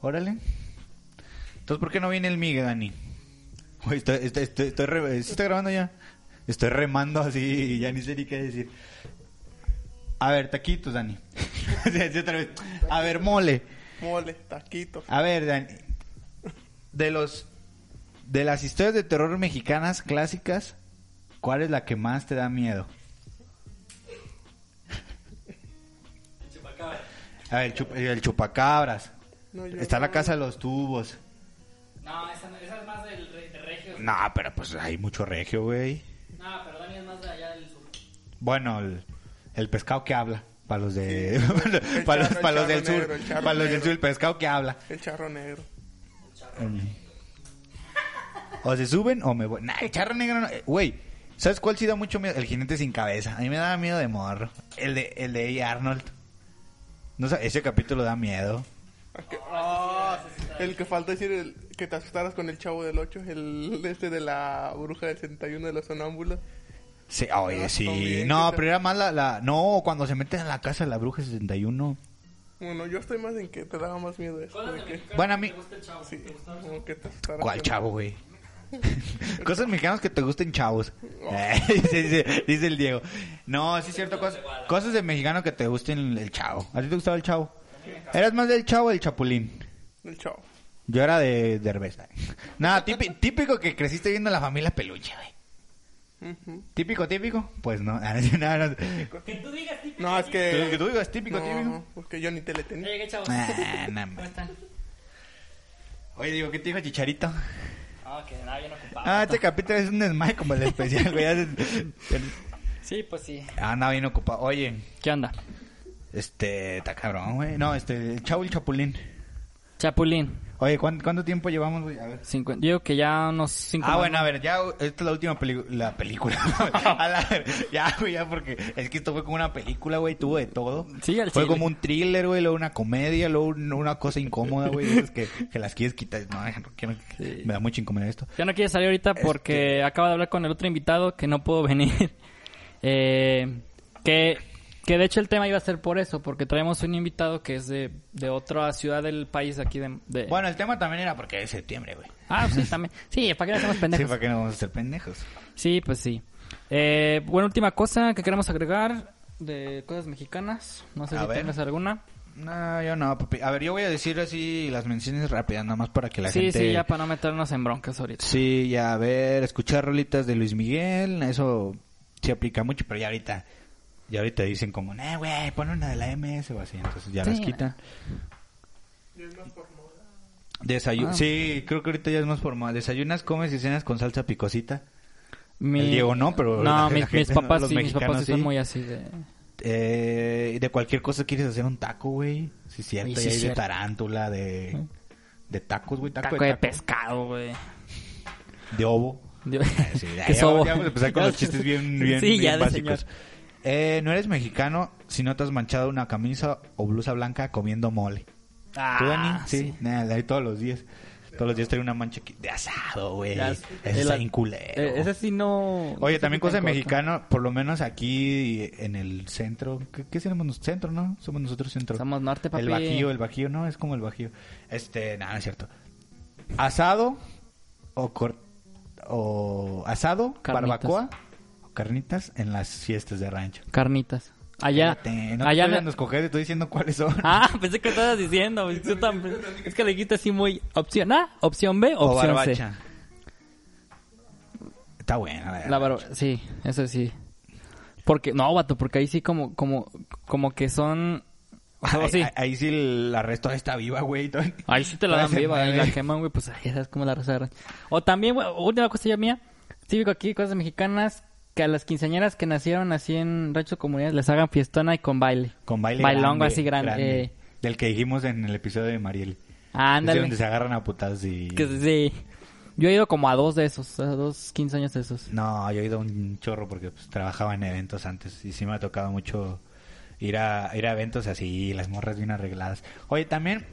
Speaker 2: Órale. Entonces, ¿por qué no viene el migue, Dani? Güey, estoy, estoy, estoy- estoy re- ¿sí está grabando ya? Estoy remando así y ya ni sé ni qué decir. A ver, taquitos, Dani. Sí, otra vez. A ver, mole.
Speaker 3: Mole, taquito.
Speaker 2: A ver, Dani. De los de las historias de terror mexicanas clásicas, ¿cuál es la que más te da miedo? A ver, el, chup- el chupacabras.
Speaker 3: No, yo
Speaker 2: Está
Speaker 3: no-
Speaker 2: la casa de los tubos.
Speaker 1: No, esa, no- esa es más del re- de Regio.
Speaker 2: No, pero pues hay mucho regio, güey.
Speaker 1: No, pero Dani es más de allá del sur.
Speaker 2: Bueno, el, el pescado que habla. Para los de.
Speaker 3: Sí.
Speaker 2: para los- para los,
Speaker 3: El charro-
Speaker 2: para los
Speaker 3: el
Speaker 2: del
Speaker 3: charro
Speaker 2: sur.
Speaker 3: negro, el charro
Speaker 2: para los del
Speaker 3: negro.
Speaker 2: sur, el pescado que habla.
Speaker 3: El charro negro.
Speaker 2: O se suben o me voy. Nah, el charro negro no. eh, Güey, ¿sabes cuál sí da mucho miedo? El jinete sin cabeza. A mí me daba miedo de morro. El de, el de A. Arnold. No, sé, ese capítulo da miedo.
Speaker 3: El que falta decir el, que te asustaras con el chavo del 8, el este de la bruja del 71 de los sonámbulos.
Speaker 2: Sí, oye,
Speaker 3: Ah,
Speaker 2: sí.
Speaker 3: también,
Speaker 2: No,
Speaker 3: quizá.
Speaker 2: pero era más la, la- No, cuando se meten en la casa de la bruja 71.
Speaker 3: Bueno, yo estoy más en que te daba más miedo esto. De que,
Speaker 2: Bueno, a mí.
Speaker 3: sí, como que te asustaras.
Speaker 2: ¿Cuál
Speaker 3: con-
Speaker 2: chavo, güey? cosas mexicanas que te gusten chavos. dice, dice- dice el Diego. No, sí es cierto. Cosas, cosas de mexicano que te gusten el chavo. ¿A ti te gustaba el chavo? ¿Eras más del chavo o del chapulín?
Speaker 3: El chavo.
Speaker 2: Yo era de Derbez. Nada, típico, típico que creciste viendo la familia peluche, güey.
Speaker 3: Ujú.
Speaker 2: Típico, típico. Pues no, no, no. Tú-
Speaker 1: Que tú digas, tipo.
Speaker 3: No, es que.
Speaker 2: que tú digas típico,
Speaker 3: Eh, no,
Speaker 2: típico.
Speaker 3: porque yo ni te le tenía.
Speaker 1: Oye, ¿qué chavo?
Speaker 2: Ah, no,
Speaker 1: ¿Cómo
Speaker 2: man.
Speaker 1: están?
Speaker 2: Oye, digo, ¿qué te dijo Chicharito?
Speaker 1: Ah, que nada, yo no ocupaba.
Speaker 2: Ah, este capítulo es un desmayo como el especial, güey.
Speaker 1: Sí, pues sí.
Speaker 2: Anda bien ocupado. Oye,
Speaker 1: ¿Qué onda?
Speaker 2: este, está cabrón, güey. No, este, el chavo y el chapulín.
Speaker 1: Chapulín.
Speaker 2: Oye, ¿cuánto, cuánto tiempo llevamos, güey? A ver.
Speaker 1: cincuenta- Digo que ya unos 5
Speaker 2: Ah, bueno, a ver, ya, esta es la última pelicu- la película. a la, ya, güey, ya, porque es que esto fue como una película, güey, tuvo de todo.
Speaker 1: Sí, al
Speaker 2: Fue
Speaker 1: chile.
Speaker 2: como un thriller, güey, luego una comedia, luego un- una cosa incómoda, güey, de esas que, que las quieres quitar. No, ya no quiero- me da mucha incomodidad esto.
Speaker 1: Ya no quiere salir ahorita
Speaker 2: Este
Speaker 1: porque acaba de hablar con el otro invitado que no pudo venir. Eh, que, que de hecho el tema iba a ser por eso, porque traemos un invitado que es de, de otra ciudad del país aquí de... de-
Speaker 2: Bueno, el tema también era porque es septiembre, güey.
Speaker 1: Ah, sí, también. Sí, ¿para qué le hacemos
Speaker 2: Sí,
Speaker 1: pendejos?
Speaker 2: para que no vamos a ser pendejos.
Speaker 1: Sí, pues sí. Eh, bueno, última cosa que queremos agregar de cosas mexicanas. No sé
Speaker 2: A
Speaker 1: si
Speaker 2: ver.
Speaker 1: tengas alguna.
Speaker 2: No, yo no, papi. A ver, yo voy a decir así las menciones rápidas, nada más para que la
Speaker 1: sí,
Speaker 2: gente...
Speaker 1: sí, ya para no meternos en broncas ahorita.
Speaker 2: Sí, ya, a ver, escuchar rolitas de Luis Miguel, eso se aplica mucho, pero ya ahorita, ya ahorita dicen como, eh, güey, pon una de la MS o así, entonces ya
Speaker 1: Sí.
Speaker 2: las quitan.
Speaker 3: Y es más por moda.
Speaker 2: Desayuno,
Speaker 1: Ah.
Speaker 2: sí, creo que ahorita ya es más formal. Desayunas, comes y cenas con salsa picosita.
Speaker 1: Mi-
Speaker 2: El Diego no, pero la-
Speaker 1: No,
Speaker 2: la
Speaker 1: mis, mis
Speaker 2: gente no,
Speaker 1: papás
Speaker 2: los
Speaker 1: sí, mis papás
Speaker 2: mexicanos
Speaker 1: sí son
Speaker 2: sí.
Speaker 1: muy así de...
Speaker 2: Eh, y de cualquier cosa quieres hacer un taco, güey. Sí, cierto,
Speaker 1: Oye,
Speaker 2: y
Speaker 1: sí,
Speaker 2: hay de
Speaker 1: cierto.
Speaker 2: tarántula, de, de tacos, güey, taco,
Speaker 1: Taco de
Speaker 2: taco,
Speaker 1: pescado, güey.
Speaker 2: de ovo.
Speaker 1: Dios.
Speaker 2: Sí,
Speaker 1: Qué
Speaker 2: ya,
Speaker 1: sobo.
Speaker 2: ya vamos a empezar con los chistes bien, bien,
Speaker 1: sí,
Speaker 2: bien
Speaker 1: ya de
Speaker 2: básicos.
Speaker 1: señor.
Speaker 2: Eh, no eres mexicano si no te has manchado una camisa o blusa blanca comiendo mole.
Speaker 1: Ah,
Speaker 2: ¿Tú, Dani? Sí, nada, ahí todos los días. Todos los días tengo una mancha aquí de asado, güey.
Speaker 1: Ya,
Speaker 2: Eso
Speaker 1: el-
Speaker 2: está bien culero.
Speaker 1: eh, ese sí no...
Speaker 2: Oye,
Speaker 1: no
Speaker 2: también
Speaker 1: se me
Speaker 2: cosa de
Speaker 1: corta.
Speaker 2: mexicano, por lo menos aquí en el centro. ¿Qué, qué tenemos? nos- Centro, ¿no? Somos nosotros centro.
Speaker 1: Somos norte, papi.
Speaker 2: El bajío, el bajío, no, es como el bajío. Este, nada, no es cierto. Asado o cor- o asado,
Speaker 1: Carnitas.
Speaker 2: barbacoa o carnitas en las fiestas de rancho.
Speaker 1: Carnitas. Allá...
Speaker 2: Espérate, no te
Speaker 1: allá...
Speaker 2: estoy dando a escoger, te estoy diciendo cuáles son.
Speaker 1: Ah, pensé que estabas diciendo. güey, tú también. Es que le dijiste así muy... Opción A, opción B,
Speaker 2: o
Speaker 1: opción C.
Speaker 2: barbacha. Está buena la de
Speaker 1: La
Speaker 2: Avalanche.
Speaker 1: varo- sí, eso sí. Porque, no, vato, porque ahí sí como, como, como que son... o sea,
Speaker 2: Ahí,
Speaker 1: sí,
Speaker 2: ahí- ahí sí el- la red todavía está viva, güey. todavía-
Speaker 1: ahí sí te la dan
Speaker 2: todavía se
Speaker 1: viva, y
Speaker 2: mueve.
Speaker 1: la queman, güey, pues ahí es como la raza de rancho. O también, güey, última cosa ya mía, típico aquí, cosas mexicanas, que a las quinceañeras que nacieron así en rancho comunidades les hagan fiestona y con baile.
Speaker 2: Con baile
Speaker 1: Bailongo
Speaker 2: grande,
Speaker 1: así grande. eh,
Speaker 2: Del que dijimos en el episodio de Mariel. Es
Speaker 1: ándale.
Speaker 2: donde se agarran a putas y...
Speaker 1: Que sí. Yo he ido como a dos de esos, a dos quince años de esos.
Speaker 2: No, yo he ido a un chorro porque pues, trabajaba en eventos antes y sí me ha tocado mucho ir a, ir a eventos así, las morras bien arregladas. Oye, también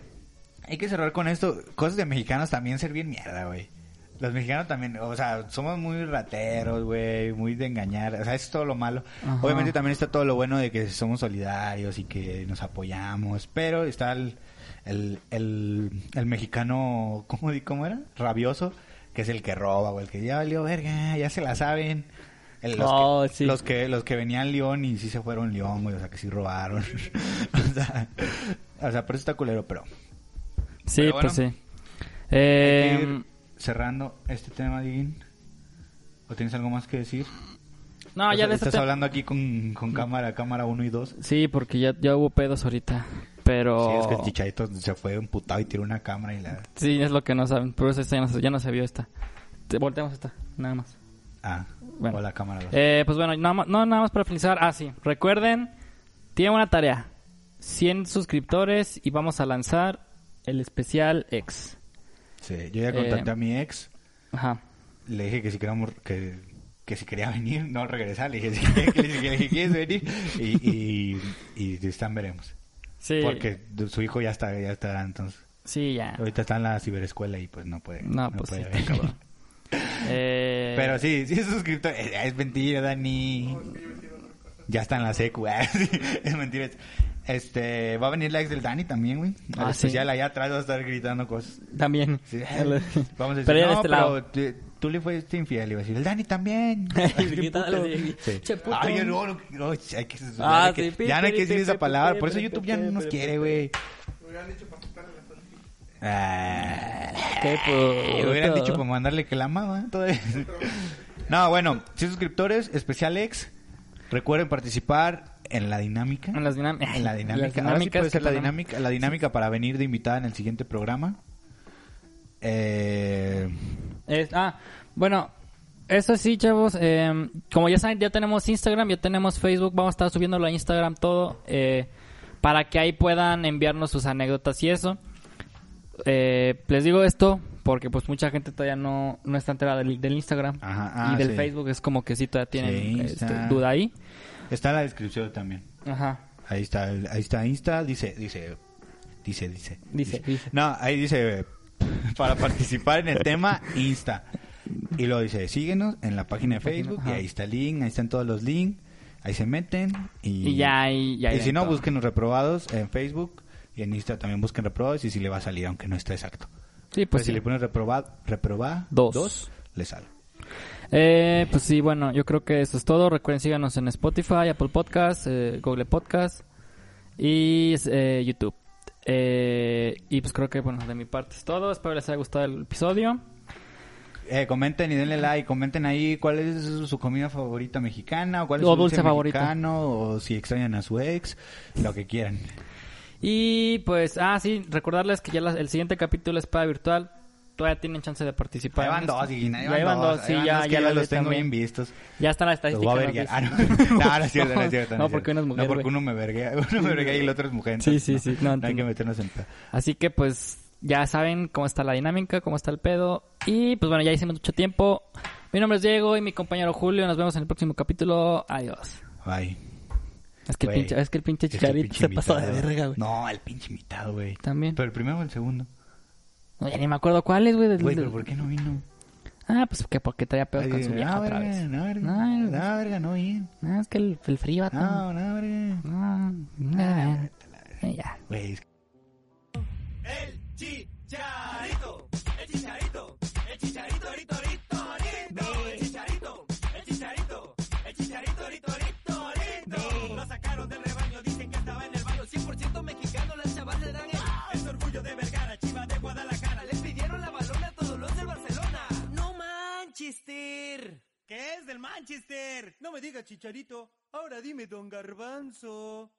Speaker 2: hay que cerrar con esto. Cosas de mexicanos también ser bien mierda, güey. Los mexicanos también, o sea, somos muy rateros, güey, muy de engañar. O sea, es todo lo malo.
Speaker 1: Ajá.
Speaker 2: Obviamente también está todo lo bueno de que somos solidarios y que nos apoyamos, pero está el, el, el, el mexicano, ¿cómo, di- ¿cómo era? Rabioso, que es el que roba o el que ya valió verga, ya se la saben. El- los,
Speaker 1: Oh,
Speaker 2: que,
Speaker 1: sí.
Speaker 2: los que los que venían León y sí se fueron León, güey, o sea, que sí robaron. o, sea, o sea, por eso está culero, pero...
Speaker 1: Sí,
Speaker 2: Pero
Speaker 1: pues
Speaker 2: bueno.
Speaker 1: sí. Eh,
Speaker 2: Hay que ir cerrando este tema, Diguín. ¿O tienes algo más que decir?
Speaker 1: no,
Speaker 2: O
Speaker 1: ya
Speaker 2: sea,
Speaker 1: de este
Speaker 2: Estás
Speaker 1: tema-
Speaker 2: hablando aquí con, con cámara, cámara 1 y 2.
Speaker 1: Sí, porque ya, ya hubo pedos ahorita. Pero.
Speaker 2: Sí, es que el Chicharito se fue emputado y tiró una cámara y la...
Speaker 1: Sí, es lo que no saben. Por eso esta ya no, se- ya no se vio esta. Te- volteamos esta, nada más.
Speaker 2: Ah,
Speaker 1: Bueno.
Speaker 2: o la cámara 2.
Speaker 1: Eh, pues bueno, nada más, no, nada más para finalizar. Ah, sí. Recuerden, tiene una tarea: 100 suscriptores y vamos a lanzar el especial X.
Speaker 2: Sí, yo ya contacté
Speaker 1: eh,
Speaker 2: a mi ex.
Speaker 1: Ajá.
Speaker 2: Le dije que si queríamos... Que, que si quería venir, no regresar. Le dije, si que, le dije, ¿quieres venir? Y, y, y, de están veremos.
Speaker 1: Sí.
Speaker 2: Porque su hijo ya está, ya está, entonces...
Speaker 1: Sí, ya.
Speaker 2: Ahorita está en la ciberescuela y pues no puede.
Speaker 1: No, pues sí,
Speaker 2: puede
Speaker 1: está
Speaker 2: venir.
Speaker 1: cabrón. Eh,
Speaker 2: Pero sí, sí es suscriptor. Es, es mentira, Dani. Ya está en la secu. ah, sí, es mentira. Este, va a venir la ex del Dani también, güey. Al
Speaker 1: Ah, sí.
Speaker 2: especial allá atrás va a estar gritando cosas.
Speaker 1: También.
Speaker 2: Sí. eh, Vamos
Speaker 1: Vamos
Speaker 2: a decir,
Speaker 1: pero ya de
Speaker 2: no,
Speaker 1: este lado.
Speaker 2: pero te- tú le fuiste infiel. Y va a decir, el Dani también.
Speaker 1: Gritándole así,
Speaker 2: Sí.
Speaker 1: "Che, puto".
Speaker 2: Ay, no, no, no, hay que,
Speaker 1: Ah,
Speaker 2: ya, no hay
Speaker 1: sí,
Speaker 2: que, ya no hay que decir esa palabra. Por eso YouTube ya no nos quiere, güey.
Speaker 3: Lo hubieran dicho para quitarle las orejas.
Speaker 2: Ah.
Speaker 1: Qué Pues,
Speaker 2: Me hubieran
Speaker 1: puto.
Speaker 2: dicho para mandarle que la amaba. todavía. No, bueno, 100 suscriptores, especial ex. Recuerden participar en la dinámica.
Speaker 1: En las dinam-
Speaker 2: En la dinámica.
Speaker 1: las
Speaker 2: Ahora sí
Speaker 1: dinámicas
Speaker 2: puede ser
Speaker 1: que
Speaker 2: la
Speaker 1: tenemos.
Speaker 2: dinámica, la dinámica para venir de invitada en el siguiente programa. Eh,
Speaker 1: Es- ah, bueno, eso sí, chavos. eh, como ya saben, ya tenemos Instagram, ya tenemos Facebook. Vamos a estar subiéndolo a Instagram todo. eh, para que ahí puedan enviarnos sus anécdotas y eso. Eh, les digo esto porque pues mucha gente todavía no, no está enterada del, del Instagram
Speaker 2: Ajá, ah,
Speaker 1: y del
Speaker 2: sí.
Speaker 1: Facebook. Es como que sí todavía tienen
Speaker 2: Sí,
Speaker 1: este,
Speaker 2: Insta.
Speaker 1: duda ahí.
Speaker 2: está en la descripción también.
Speaker 1: Ajá.
Speaker 2: Ahí está, el- ahí está Insta, dice, dice, dice, dice.
Speaker 1: Dice, dice.
Speaker 2: No, ahí dice, para participar en el tema, Insta. Y luego dice, síguenos en la página de
Speaker 1: página,
Speaker 2: Facebook,
Speaker 1: ajá.
Speaker 2: y ahí está el link, ahí están todos los links, ahí se meten. Y,
Speaker 1: Y ya, y ya
Speaker 2: y
Speaker 1: ven
Speaker 2: si no,
Speaker 1: todo.
Speaker 2: busquen los reprobados en Facebook, y en Insta también busquen reprobados, y si le va a salir, aunque no esté exacto.
Speaker 1: Sí,
Speaker 2: Pues
Speaker 1: pues
Speaker 2: si
Speaker 1: sí.
Speaker 2: le pones reprobado, reprobado,
Speaker 1: Dos.
Speaker 2: le sale.
Speaker 1: Eh, pues sí, bueno, yo creo que eso es todo. Recuerden, síganos en Spotify, Apple Podcast, eh, Google Podcast y eh, YouTube. Eh, y pues creo que, bueno, de mi parte es todo. Espero les haya gustado el episodio.
Speaker 2: Eh, comenten y denle like, comenten ahí cuál es su comida favorita mexicana, o cuál es
Speaker 1: O
Speaker 2: su
Speaker 1: dulce favorito.
Speaker 2: mexicano, o si extrañan a su ex, lo que quieran.
Speaker 1: Y pues, ah, sí, recordarles que ya la- el siguiente capítulo es para virtual. Todavía tienen chance de participar.
Speaker 2: Ahí
Speaker 1: en
Speaker 2: van
Speaker 1: esto.
Speaker 2: dos, Guina, ahí
Speaker 1: Ya iban dos, sí,
Speaker 2: ahí van
Speaker 1: ya,
Speaker 2: dos que
Speaker 1: ya
Speaker 2: ya
Speaker 1: lo vi
Speaker 2: los tengo
Speaker 1: también.
Speaker 2: bien vistos.
Speaker 1: Ya está la
Speaker 2: Los voy a
Speaker 1: estadística.
Speaker 2: verguear.
Speaker 1: nos dice.
Speaker 2: Ah, no, no, no es cierto, no es cierto.
Speaker 1: No,
Speaker 2: es
Speaker 1: porque
Speaker 2: cierto.
Speaker 1: uno es mujer,
Speaker 2: No, porque
Speaker 1: güey.
Speaker 2: uno me verguea, uno me verguea y el otro es mujer.
Speaker 1: Sí,
Speaker 2: entonces,
Speaker 1: sí,
Speaker 2: no,
Speaker 1: sí, no,
Speaker 2: no hay que
Speaker 1: entiendo.
Speaker 2: meternos en... pe-
Speaker 1: Así que pues ya saben cómo está la dinámica, cómo está el pedo. Y pues bueno, ya hicimos mucho tiempo. Mi nombre es Diego y mi compañero Julio. Nos vemos en el próximo capítulo. Adiós.
Speaker 2: Ay.
Speaker 1: Es que, el
Speaker 2: Güey,
Speaker 1: pinche, es que el pinche
Speaker 2: es que el
Speaker 1: chicharito
Speaker 2: pinche
Speaker 1: se pasó de
Speaker 2: invitado.
Speaker 1: verga, güey.
Speaker 2: No, el pinche invitado, güey.
Speaker 1: También.
Speaker 2: Pero el primero o el segundo.
Speaker 1: No, ya ni me acuerdo cuál es, güey. del-
Speaker 2: Güey,
Speaker 1: del-
Speaker 2: pero ¿por qué no vino?
Speaker 1: Ah, pues que porque traía pedos
Speaker 2: Ay,
Speaker 1: con su
Speaker 2: no,
Speaker 1: vieja otra
Speaker 2: verga,
Speaker 1: vez.
Speaker 2: No, verga,
Speaker 1: No,
Speaker 2: no,
Speaker 1: no,
Speaker 2: verga, no bien.
Speaker 1: no, es que el, el frío, vato. No,
Speaker 2: No, Ah, no, verga.
Speaker 1: no, no. Eh, ya.
Speaker 2: Güey, es que-
Speaker 5: no manchester. que es del Manchester.
Speaker 6: No me diga chicharito, ahora dime don Garbanzo.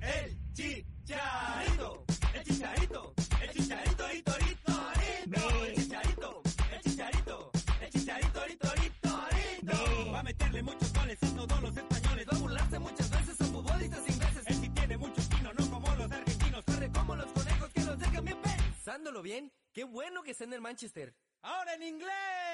Speaker 5: El chicharito, el chicharito, el chicharito, rito, rito, rito, el chicharito, el chicharito, el chicharito, rito, rito, rito. Va a meterle muchos goles a todos los españoles, va a burlarse muchas veces a futbolistas ingleses. Él sí tiene muchos chinos, no como los argentinos.
Speaker 6: Corre como los conejos que los dejan bien pensándolo bien. Qué bueno que está en el Manchester.
Speaker 5: Ahora en inglés.